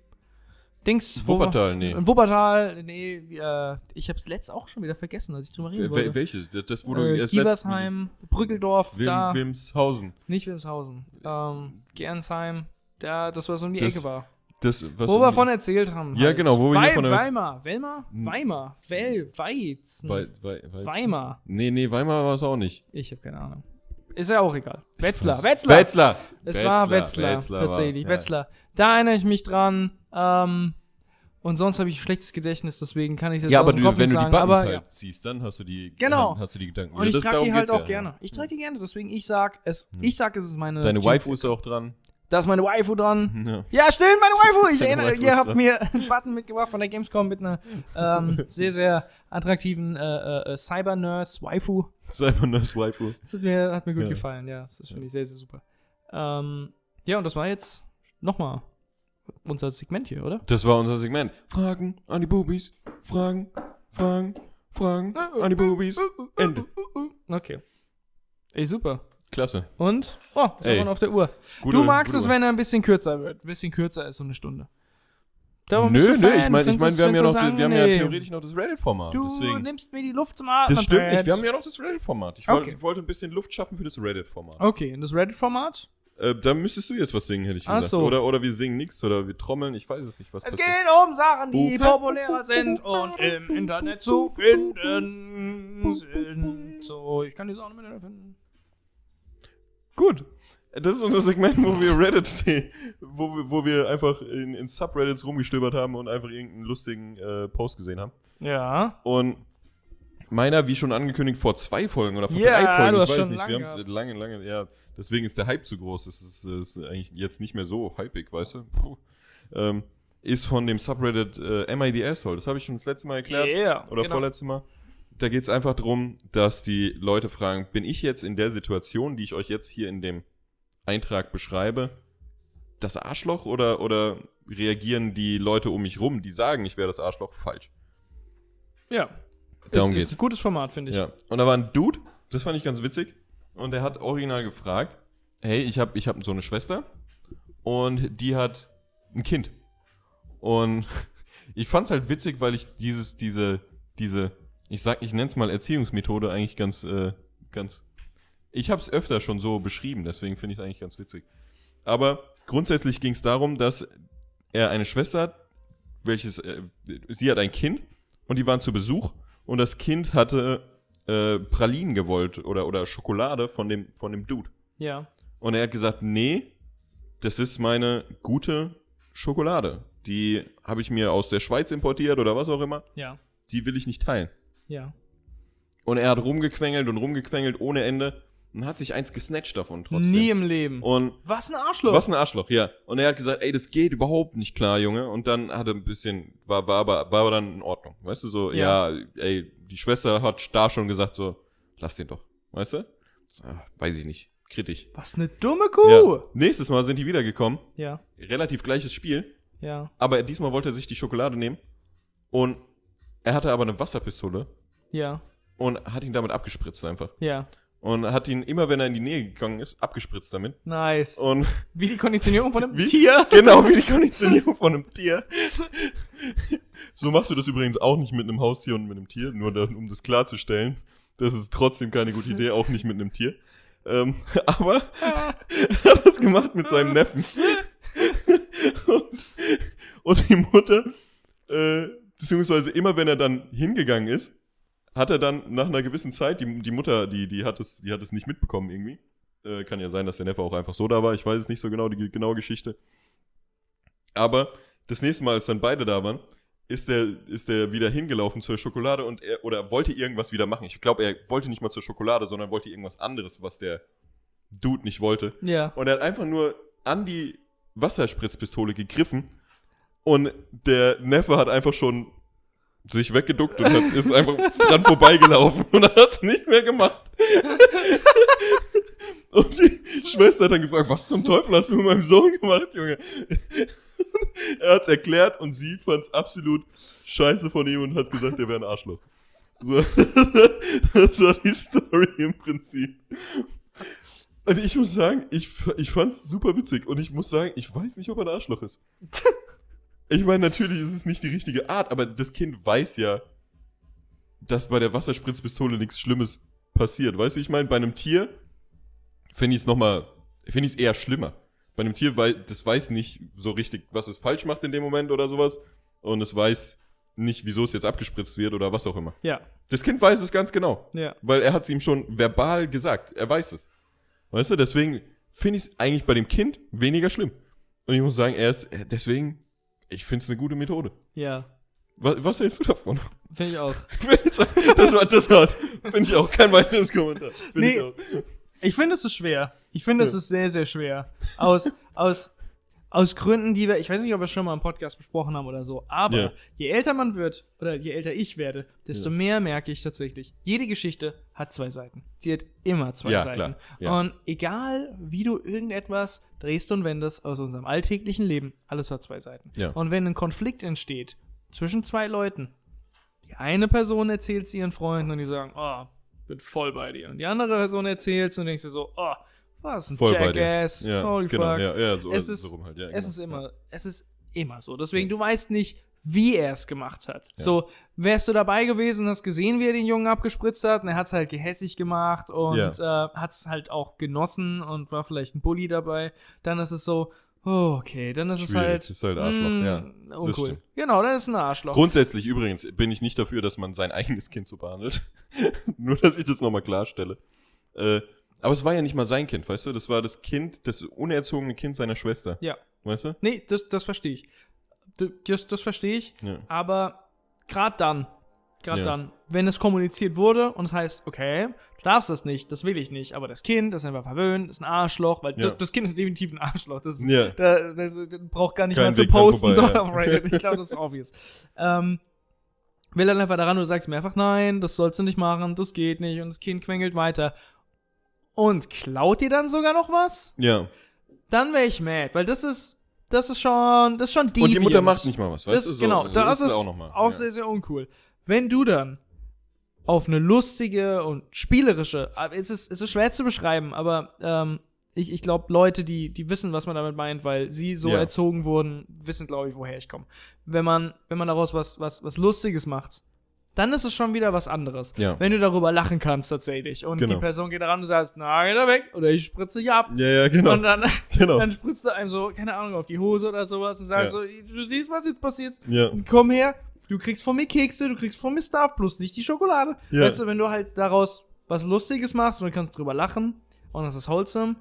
[SPEAKER 1] Dings, wo wir-
[SPEAKER 2] Wuppertal, nee.
[SPEAKER 1] in Wuppertal, nee, äh, ich hab's letzt auch schon wieder vergessen, als ich drüber reden
[SPEAKER 2] Wel-
[SPEAKER 1] wollte.
[SPEAKER 2] Welches? Das, das wurde
[SPEAKER 1] Äh,
[SPEAKER 2] erst letzten-
[SPEAKER 1] Giebersheim, Brückeldorf,
[SPEAKER 2] Wilm,
[SPEAKER 1] da,
[SPEAKER 2] Wilmshausen.
[SPEAKER 1] nicht Wilmshausen, ähm, Gernsheim, da, das was um die
[SPEAKER 2] Das-
[SPEAKER 1] Ecke war.
[SPEAKER 2] Das, was
[SPEAKER 1] wo wir von erzählt haben.
[SPEAKER 2] Ja, genau, wo wir hier
[SPEAKER 1] Wei-
[SPEAKER 2] von der-
[SPEAKER 1] Weimar, Weimar,
[SPEAKER 2] Hm.
[SPEAKER 1] Weimar, Well, Weizen,
[SPEAKER 2] Wei, Wei, Weizen?
[SPEAKER 1] Weimar.
[SPEAKER 2] Nee, nee, Weimar war es auch nicht.
[SPEAKER 1] Ich habe keine Ahnung. Ist ja auch egal. Wetzlar,
[SPEAKER 2] Was?
[SPEAKER 1] Wetzlar.
[SPEAKER 2] Wetzlar.
[SPEAKER 1] Es war Wetzlar,
[SPEAKER 2] war's,
[SPEAKER 1] tatsächlich.
[SPEAKER 2] ja.
[SPEAKER 1] Wetzlar. Da erinnere ich mich dran. Ähm, und sonst habe ich ein schlechtes Gedächtnis, deswegen kann ich das
[SPEAKER 2] Ja,
[SPEAKER 1] aus
[SPEAKER 2] aber
[SPEAKER 1] dem
[SPEAKER 2] du,
[SPEAKER 1] Kopf
[SPEAKER 2] wenn
[SPEAKER 1] nicht
[SPEAKER 2] du die
[SPEAKER 1] sagen.
[SPEAKER 2] Buttons
[SPEAKER 1] aber,
[SPEAKER 2] halt
[SPEAKER 1] ja.
[SPEAKER 2] ziehst, dann hast du die,
[SPEAKER 1] Genau.
[SPEAKER 2] dann hast du die Gedanken.
[SPEAKER 1] Und ich
[SPEAKER 2] Das-
[SPEAKER 1] trage
[SPEAKER 2] darum
[SPEAKER 1] die halt
[SPEAKER 2] geht's
[SPEAKER 1] auch
[SPEAKER 2] ja.
[SPEAKER 1] gerne. Ich trage die gerne, deswegen ich sag, es,
[SPEAKER 2] Hm.
[SPEAKER 1] ich sag, es ist meine.
[SPEAKER 2] Deine
[SPEAKER 1] Jeans-
[SPEAKER 2] Waifu ist auch dran. <laughs>
[SPEAKER 1] Da ist meine Waifu dran.
[SPEAKER 2] Ja.
[SPEAKER 1] Ja, stimmt, meine Waifu. Ich
[SPEAKER 2] Deine
[SPEAKER 1] erinnere,
[SPEAKER 2] Mhm. Waifu
[SPEAKER 1] ihr
[SPEAKER 2] ist
[SPEAKER 1] habt
[SPEAKER 2] dran.
[SPEAKER 1] mir einen Button mitgebracht von der Gamescom mit einer
[SPEAKER 2] <laughs>
[SPEAKER 1] ähm, sehr, sehr attraktiven äh, äh, Cyber-Nurse Waifu.
[SPEAKER 2] Cyber Nurse Waifu.
[SPEAKER 1] Das hat mir, hat mir gut
[SPEAKER 2] Ja.
[SPEAKER 1] gefallen, ja. Das finde ich sehr, sehr super. Ähm, ja, und das war jetzt nochmal unser Segment hier, oder?
[SPEAKER 2] Das war unser Segment. Fragen an die Bubis. Fragen, Fragen, Fragen
[SPEAKER 1] Äh,
[SPEAKER 2] an die Bubis. Ende.
[SPEAKER 1] Okay. Ey, super.
[SPEAKER 2] Klasse.
[SPEAKER 1] Und? Oh, ist
[SPEAKER 2] Ey.
[SPEAKER 1] auch noch auf der Uhr.
[SPEAKER 2] Gute-
[SPEAKER 1] äh. du magst
[SPEAKER 2] gute
[SPEAKER 1] es,
[SPEAKER 2] Wahl.
[SPEAKER 1] wenn er ein bisschen kürzer wird. Ein bisschen kürzer ist so eine Stunde. bist du
[SPEAKER 2] Nö, nö,
[SPEAKER 1] Fan,
[SPEAKER 2] ich meine, ich
[SPEAKER 1] findest du-
[SPEAKER 2] mein, wir haben ja noch,
[SPEAKER 1] findest du
[SPEAKER 2] wir haben ja
[SPEAKER 1] angenehm.
[SPEAKER 2] theoretisch noch das Reddit-Format.
[SPEAKER 1] Du
[SPEAKER 2] deswegen.
[SPEAKER 1] nimmst mir die Luft zum Atmen.
[SPEAKER 2] Das stimmt nicht.
[SPEAKER 1] Brad.
[SPEAKER 2] Wir haben ja noch das Reddit-Format. Ich, wollte-
[SPEAKER 1] Okay.
[SPEAKER 2] ich wollte ein bisschen Luft schaffen für das Reddit-Format.
[SPEAKER 1] Okay, und das Reddit-Format?
[SPEAKER 2] Äh, da müsstest du jetzt was singen, hätte ich
[SPEAKER 1] Ach
[SPEAKER 2] gesagt.
[SPEAKER 1] so.
[SPEAKER 2] Oder, oder wir singen nichts oder wir trommeln. Ich weiß es nicht, was
[SPEAKER 1] Es
[SPEAKER 2] passiert.
[SPEAKER 1] geht um Sachen, die
[SPEAKER 2] Oh.
[SPEAKER 1] populärer
[SPEAKER 2] <laughs>
[SPEAKER 1] sind und im Internet zu finden sind. So, ich kann die Sachen mit finden.
[SPEAKER 2] Gut. Äh, Das ist unser Segment, wo wir Reddit, die- wo wir, wo wir einfach in, in Subreddits rumgestöbert haben und einfach irgendeinen lustigen äh, Post gesehen haben.
[SPEAKER 1] Ja.
[SPEAKER 2] Und meiner, wie schon angekündigt, vor zwei Folgen oder vor
[SPEAKER 1] Ja,
[SPEAKER 2] drei Folgen,
[SPEAKER 1] du hast
[SPEAKER 2] ich weiß
[SPEAKER 1] schon
[SPEAKER 2] nicht,
[SPEAKER 1] lange
[SPEAKER 2] wir haben es
[SPEAKER 1] gehabt.
[SPEAKER 2] lange, lange, ja, deswegen ist der Hype zu groß, es ist, äh, ist eigentlich jetzt nicht mehr so hypig, weißt du, Puh. Ähm, ist von dem Subreddit äh, MID Asshole, das habe ich schon das letzte Mal erklärt,
[SPEAKER 1] Yeah,
[SPEAKER 2] oder
[SPEAKER 1] genau.
[SPEAKER 2] vorletzte Mal, da geht es einfach darum, dass die Leute fragen, bin ich jetzt in der Situation, die ich euch jetzt hier in dem Eintrag beschreibe, das Arschloch oder, oder reagieren die Leute um mich rum, die sagen, ich wäre das Arschloch, falsch?
[SPEAKER 1] Ja.
[SPEAKER 2] Darum
[SPEAKER 1] ist,
[SPEAKER 2] geht's.
[SPEAKER 1] Ist ein gutes Format, finde ich.
[SPEAKER 2] Ja. Und da war ein Dude, das fand ich ganz witzig. Und der hat original gefragt, hey, ich habe ich hab so eine Schwester und die hat ein Kind. Und <laughs> ich fand's halt witzig, weil ich dieses, diese, diese, ich sag, ich nenn's mal Erziehungsmethode eigentlich ganz, äh, ganz. Ich hab's öfter schon so beschrieben, deswegen finde ich eigentlich ganz witzig. Aber grundsätzlich ging's darum, dass er eine Schwester hat, welches, äh, sie hat ein Kind und die waren zu Besuch und das Kind hatte äh, Pralinen gewollt oder, oder Schokolade von dem, von dem Dude.
[SPEAKER 1] Ja.
[SPEAKER 2] Und er hat gesagt, nee, das ist meine gute Schokolade. Die habe ich mir aus der Schweiz importiert oder was auch immer.
[SPEAKER 1] Ja.
[SPEAKER 2] Die will ich nicht teilen.
[SPEAKER 1] Ja.
[SPEAKER 2] Und er hat rumgequengelt und rumgequengelt ohne Ende und hat sich eins gesnatcht davon trotzdem.
[SPEAKER 1] Nie im Leben.
[SPEAKER 2] Und
[SPEAKER 1] was ein Arschloch.
[SPEAKER 2] was ein Arschloch, ja. Und er hat gesagt, ey, das geht überhaupt nicht klar, Junge. Und dann hat er ein bisschen, war, war aber, war aber dann in Ordnung. Weißt du, so, ja.
[SPEAKER 1] Ja.
[SPEAKER 2] ey, die Schwester hat da schon gesagt, so, lass den doch. Weißt du? So, ah, weiß ich nicht. Kritisch.
[SPEAKER 1] Was eine dumme
[SPEAKER 2] Ja.
[SPEAKER 1] Kuh.
[SPEAKER 2] Nächstes Mal sind die wiedergekommen.
[SPEAKER 1] Ja.
[SPEAKER 2] Relativ gleiches Spiel.
[SPEAKER 1] Ja.
[SPEAKER 2] Aber diesmal wollte er sich die Schokolade nehmen. Und er hatte aber eine Wasserpistole
[SPEAKER 1] Ja.
[SPEAKER 2] und hat ihn damit abgespritzt einfach.
[SPEAKER 1] Ja.
[SPEAKER 2] Und hat ihn immer, wenn er in die Nähe gegangen ist, abgespritzt damit.
[SPEAKER 1] Nice.
[SPEAKER 2] Und
[SPEAKER 1] Wie die Konditionierung von einem
[SPEAKER 2] Wie? <laughs>
[SPEAKER 1] Tier.
[SPEAKER 2] Genau, wie die Konditionierung von einem Tier. So machst du das übrigens auch nicht mit einem Haustier und mit einem Tier, nur dann, um das klarzustellen. Das ist trotzdem keine gute Idee, auch nicht mit einem Tier. Ähm, <laughs> aber er hat das gemacht mit seinem Neffen. Und, und die Mutter, äh, beziehungsweise immer wenn er dann hingegangen ist, hat er dann nach einer gewissen Zeit, die, die Mutter, die, die, hat es, die hat es nicht mitbekommen irgendwie. Äh, kann ja sein, dass der Neffe auch einfach so da war. Ich weiß es nicht so genau, die ge- genaue Geschichte. Aber das nächste Mal, als dann beide da waren, ist der, ist der wieder hingelaufen zur Schokolade und er oder wollte irgendwas wieder machen. Ich glaube, er wollte nicht mal zur Schokolade, sondern wollte irgendwas anderes, was der Dude nicht wollte.
[SPEAKER 1] Ja.
[SPEAKER 2] Und er hat einfach nur an die Wasserspritzpistole gegriffen und der Neffe hat einfach schon sich weggeduckt und hat, ist einfach dran vorbeigelaufen und hat es nicht mehr gemacht. Und die Schwester hat dann gefragt, was zum Teufel hast du mit meinem Sohn gemacht, Junge? <laughs> Er hat es erklärt und sie fand es absolut scheiße von ihm und hat gesagt, er wäre ein Arschloch. So, <laughs> das war die Story im Prinzip. Und ich muss sagen, ich, f- ich fand's super witzig. Und ich muss sagen, ich weiß nicht, ob er ein
[SPEAKER 1] <laughs>
[SPEAKER 2] Arschloch ist. Ich meine, natürlich ist es nicht die richtige Art, aber das Kind weiß ja, dass bei der Wasserspritzpistole nichts Schlimmes passiert. Weißt du, wie ich meine? Bei einem Tier finde ich es nochmal, finde ich es eher schlimmer. Bei einem Tier, weil das weiß nicht so richtig, was es falsch macht in dem Moment oder sowas. Und es weiß nicht, wieso es jetzt abgespritzt wird oder was auch immer.
[SPEAKER 1] Ja.
[SPEAKER 2] Das Kind weiß es ganz genau.
[SPEAKER 1] Ja.
[SPEAKER 2] Weil er hat es ihm schon verbal gesagt. Er weiß es. Weißt du, deswegen finde ich es eigentlich bei dem Kind weniger schlimm. Und ich muss sagen, er ist, äh, deswegen, ich finde es eine gute Methode.
[SPEAKER 1] Ja.
[SPEAKER 2] Was, was hältst du davon? <laughs>
[SPEAKER 1] Finde ich auch.
[SPEAKER 2] das war, das war's. Finde ich auch. Kein weiteres Kommentar. Finde
[SPEAKER 1] Nee.
[SPEAKER 2] ich auch.
[SPEAKER 1] Ich finde, es ist schwer. Ich finde, es
[SPEAKER 2] Ja.
[SPEAKER 1] ist sehr, sehr schwer.
[SPEAKER 2] <laughs>
[SPEAKER 1] Aus, aus, aus Gründen, die wir, ich weiß nicht, ob wir schon mal im Podcast besprochen haben oder so, aber
[SPEAKER 2] Ja.
[SPEAKER 1] je älter man wird oder je älter ich werde, desto
[SPEAKER 2] Ja.
[SPEAKER 1] mehr merke ich tatsächlich, jede Geschichte hat zwei Seiten. Sie hat immer zwei
[SPEAKER 2] Ja,
[SPEAKER 1] Seiten.
[SPEAKER 2] klar. Ja.
[SPEAKER 1] Und egal, wie du irgendetwas drehst und wendest aus unserem alltäglichen Leben, alles hat zwei Seiten.
[SPEAKER 2] Ja.
[SPEAKER 1] Und wenn ein Konflikt entsteht zwischen zwei Leuten, die eine Person erzählt es ihren Freunden und die sagen, oh, bin voll bei dir. Und die andere Person erzählt es und denkst dir so, oh, was ein
[SPEAKER 2] Voll
[SPEAKER 1] Jackass.
[SPEAKER 2] bei dir. Ja,
[SPEAKER 1] Holy
[SPEAKER 2] genau,
[SPEAKER 1] fuck.
[SPEAKER 2] Ja, ja, so,
[SPEAKER 1] Es ist-
[SPEAKER 2] so rum halt. Ja,
[SPEAKER 1] Es
[SPEAKER 2] genau.
[SPEAKER 1] ist immer, es ist immer so. Deswegen, du weißt nicht, wie er es gemacht hat.
[SPEAKER 2] Ja.
[SPEAKER 1] So, wärst du dabei gewesen, hast gesehen, wie er den Jungen abgespritzt hat und er hat es halt gehässig gemacht und äh, hat es halt auch genossen und war vielleicht ein Bulli dabei, dann ist es so, oh, okay, dann ist es
[SPEAKER 2] Schwierig.
[SPEAKER 1] halt.
[SPEAKER 2] Ist halt Arschloch,
[SPEAKER 1] mm,
[SPEAKER 2] ja.
[SPEAKER 1] Uncool.
[SPEAKER 2] stimmt.
[SPEAKER 1] Genau, dann ist ein Arschloch.
[SPEAKER 2] Grundsätzlich übrigens bin ich nicht dafür, dass man sein <laughs> eigenes Kind so behandelt. <laughs> Nur, dass ich das nochmal klarstelle. Äh, aber es war ja nicht mal sein Kind, weißt du? Das war das Kind, das unerzogene Kind seiner Schwester.
[SPEAKER 1] Ja.
[SPEAKER 2] Weißt du?
[SPEAKER 1] nee, das, das verstehe ich. D- Das, das verstehe ich.
[SPEAKER 2] Ja.
[SPEAKER 1] Aber gerade dann, gerade
[SPEAKER 2] Ja.
[SPEAKER 1] dann, wenn es kommuniziert wurde und es heißt, okay, du darfst das nicht, das will ich nicht, aber das Kind ist einfach verwöhnt, ist ein Arschloch, weil
[SPEAKER 2] Ja.
[SPEAKER 1] das, das Kind ist definitiv ein Arschloch. Das,
[SPEAKER 2] ja.
[SPEAKER 1] da, das, das braucht gar nicht
[SPEAKER 2] Kein
[SPEAKER 1] mal zu
[SPEAKER 2] Weg dran
[SPEAKER 1] posten.
[SPEAKER 2] vorbei,
[SPEAKER 1] dort
[SPEAKER 2] ja. <laughs>
[SPEAKER 1] auf Reddit. Ich glaube, das ist obvious. Ähm, will dann einfach daran, du sagst mehrfach, nein, das sollst du nicht machen, das geht nicht und das Kind quengelt weiter. Und klaut dir dann sogar noch was?
[SPEAKER 2] Ja.
[SPEAKER 1] Dann wäre ich mad, weil das ist, das ist schon, das ist schon
[SPEAKER 2] Und die Mutter
[SPEAKER 1] deviant.
[SPEAKER 2] macht nicht mal was, weißt
[SPEAKER 1] das,
[SPEAKER 2] du? So,
[SPEAKER 1] genau,
[SPEAKER 2] so
[SPEAKER 1] das ist,
[SPEAKER 2] es
[SPEAKER 1] auch,
[SPEAKER 2] noch mal. ja.
[SPEAKER 1] sehr, sehr uncool. Wenn du dann auf eine lustige und spielerische, aber es ist, es ist schwer zu beschreiben, aber ähm, ich, ich glaube, Leute, die, die wissen, was man damit meint, weil sie so
[SPEAKER 2] Ja.
[SPEAKER 1] erzogen wurden, wissen, glaube ich, woher ich komme. Wenn man, wenn man daraus was, was, was Lustiges macht, dann ist es schon wieder was anderes.
[SPEAKER 2] Ja.
[SPEAKER 1] Wenn du darüber lachen kannst tatsächlich und
[SPEAKER 2] Genau.
[SPEAKER 1] die Person geht daran und sagt, na, geh da weg oder ich spritze dich ab.
[SPEAKER 2] ja, ja, genau.
[SPEAKER 1] Und
[SPEAKER 2] <laughs>
[SPEAKER 1] dann,
[SPEAKER 2] genau.
[SPEAKER 1] dann spritzt er einem so, keine Ahnung, auf die Hose oder sowas und sagt
[SPEAKER 2] Ja.
[SPEAKER 1] so, du siehst, was jetzt passiert.
[SPEAKER 2] ja.
[SPEAKER 1] <laughs> Komm her, du kriegst von mir Kekse, du kriegst von mir Star Plus, nicht die Schokolade.
[SPEAKER 2] Ja.
[SPEAKER 1] Weißt du, wenn du halt daraus was Lustiges machst und kannst drüber lachen und das ist wholesome,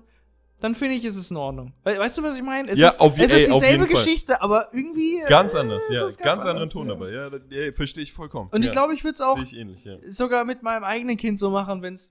[SPEAKER 1] dann finde ich, ist es in Ordnung. We weißt du, was ich meine? Es
[SPEAKER 2] Ja,
[SPEAKER 1] ist,
[SPEAKER 2] auf je-
[SPEAKER 1] es
[SPEAKER 2] ey,
[SPEAKER 1] ist
[SPEAKER 2] auf
[SPEAKER 1] dieselbe
[SPEAKER 2] jeden Fall.
[SPEAKER 1] Geschichte, aber irgendwie. äh,
[SPEAKER 2] Ganz anders,
[SPEAKER 1] es
[SPEAKER 2] ja.
[SPEAKER 1] ist
[SPEAKER 2] Ganz, anderen
[SPEAKER 1] anders,
[SPEAKER 2] Ton
[SPEAKER 1] ja.
[SPEAKER 2] dabei. Ja, das- ja verstehe ich vollkommen.
[SPEAKER 1] Und
[SPEAKER 2] ja.
[SPEAKER 1] ich glaube, ich würde es auch
[SPEAKER 2] Sehe ich ähnlich, ja.
[SPEAKER 1] sogar mit meinem eigenen Kind so machen, wenn <clears throat> es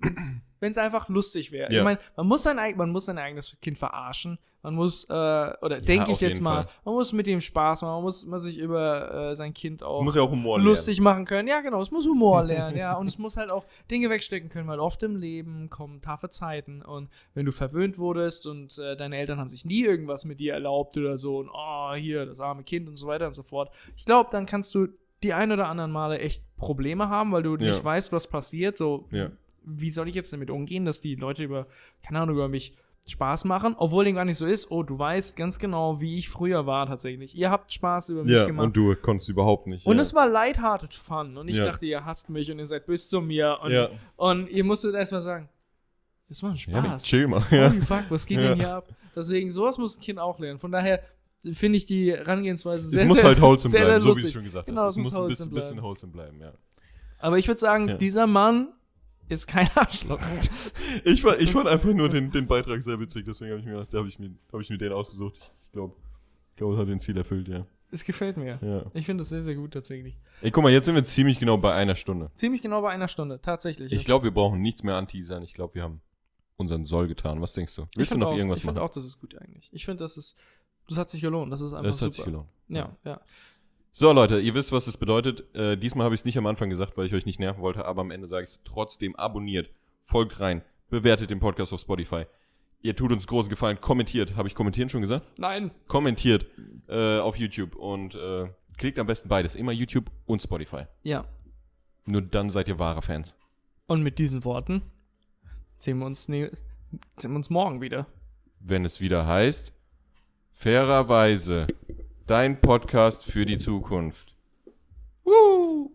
[SPEAKER 1] wenn es einfach lustig wäre.
[SPEAKER 2] Ja.
[SPEAKER 1] Ich meine, man muss sein eig- man muss sein eigenes Kind verarschen. Man muss äh, oder denke
[SPEAKER 2] auf
[SPEAKER 1] ich jetzt
[SPEAKER 2] jeden
[SPEAKER 1] mal,
[SPEAKER 2] Fall.
[SPEAKER 1] man muss mit dem Spaß machen, man muss man sich über äh, sein Kind auch
[SPEAKER 2] Du musst ja auch Humor
[SPEAKER 1] lustig machen können. Ja, genau, es muss Humor lernen, ja, und es muss halt auch Dinge wegstecken können, weil oft im Leben kommen taffe Zeiten und wenn du verwöhnt wurdest und äh, deine Eltern haben sich nie irgendwas mit dir erlaubt oder so und oh, hier das arme Kind und so weiter und so fort. Ich glaube, dann kannst du die ein oder anderen Male echt Probleme haben, weil du
[SPEAKER 2] Ja.
[SPEAKER 1] nicht weißt, was passiert, so
[SPEAKER 2] lernen. Ja.
[SPEAKER 1] wie soll ich jetzt damit umgehen, dass die Leute über, keine Ahnung, über mich Spaß machen, obwohl dem gar nicht so ist. Oh, du weißt ganz genau, wie ich früher war tatsächlich. Ihr habt Spaß über mich
[SPEAKER 2] Ja,
[SPEAKER 1] gemacht.
[SPEAKER 2] und du konntest überhaupt nicht.
[SPEAKER 1] Und
[SPEAKER 2] ja.
[SPEAKER 1] es war lighthearted fun. Und ich
[SPEAKER 2] Ja.
[SPEAKER 1] dachte, ihr hasst mich und ihr seid böse zu mir. Und,
[SPEAKER 2] ja.
[SPEAKER 1] und ihr musstet erstmal sagen, das war ein
[SPEAKER 2] Ja, dann
[SPEAKER 1] Spaß.
[SPEAKER 2] chill mal. Ja.
[SPEAKER 1] Holy fuck, was geht
[SPEAKER 2] Ja.
[SPEAKER 1] denn hier ab? Deswegen, sowas muss ein Kind auch lernen. Von daher finde ich die Herangehensweise sehr,
[SPEAKER 2] es muss
[SPEAKER 1] sehr,
[SPEAKER 2] halt wholesome
[SPEAKER 1] sehr, sehr
[SPEAKER 2] bleiben, so wie du
[SPEAKER 1] lustig.
[SPEAKER 2] schon gesagt
[SPEAKER 1] Genau,
[SPEAKER 2] hast.
[SPEAKER 1] es
[SPEAKER 2] Es
[SPEAKER 1] muss
[SPEAKER 2] muss ein
[SPEAKER 1] wholesome
[SPEAKER 2] bisschen, bisschen wholesome bleiben, ja.
[SPEAKER 1] Aber ich würde sagen,
[SPEAKER 2] Ja.
[SPEAKER 1] dieser Mann ist kein Arschloch. <laughs>
[SPEAKER 2] Ich, war, ich fand einfach nur den, den Beitrag sehr witzig, deswegen habe ich mir gedacht, da habe ich, mir- hab ich mir den ausgesucht. Ich glaube, ich glaub, es hat den Ziel erfüllt, ja.
[SPEAKER 1] es gefällt mir.
[SPEAKER 2] ja.
[SPEAKER 1] Ich finde das sehr, sehr gut tatsächlich.
[SPEAKER 2] Ey, guck mal, jetzt sind wir ziemlich genau bei einer Stunde.
[SPEAKER 1] Ziemlich genau bei einer Stunde, tatsächlich.
[SPEAKER 2] Ich glaube, wir brauchen nichts mehr anteasern. Ich glaube, wir haben unseren Soll getan. Was denkst du?
[SPEAKER 1] Ich
[SPEAKER 2] Willst du
[SPEAKER 1] find
[SPEAKER 2] noch
[SPEAKER 1] auch,
[SPEAKER 2] irgendwas
[SPEAKER 1] ich find
[SPEAKER 2] machen?
[SPEAKER 1] auch, das ist gut eigentlich. Ich finde, das ist, das hat sich gelohnt. Das ist einfach
[SPEAKER 2] Das
[SPEAKER 1] super.
[SPEAKER 2] hat sich gelohnt.
[SPEAKER 1] Ja, ja.
[SPEAKER 2] So, Leute, ihr wisst, was es bedeutet. Äh, diesmal habe ich es nicht am Anfang gesagt, weil ich euch nicht nerven wollte, aber am Ende sage ich es trotzdem. Abonniert, folgt rein, bewertet den Podcast auf Spotify. Ihr tut uns großen Gefallen, kommentiert. Habe ich kommentieren schon gesagt?
[SPEAKER 1] Nein,
[SPEAKER 2] Kommentiert äh, auf YouTube und äh, klickt am besten beides. Immer YouTube und Spotify.
[SPEAKER 1] ja.
[SPEAKER 2] Nur dann seid ihr wahre Fans.
[SPEAKER 1] Und mit diesen Worten sehen wir uns, ne sehen wir uns morgen wieder.
[SPEAKER 2] Wenn es wieder heißt, fairerweise, dein Podcast für die Zukunft.
[SPEAKER 1] Woo!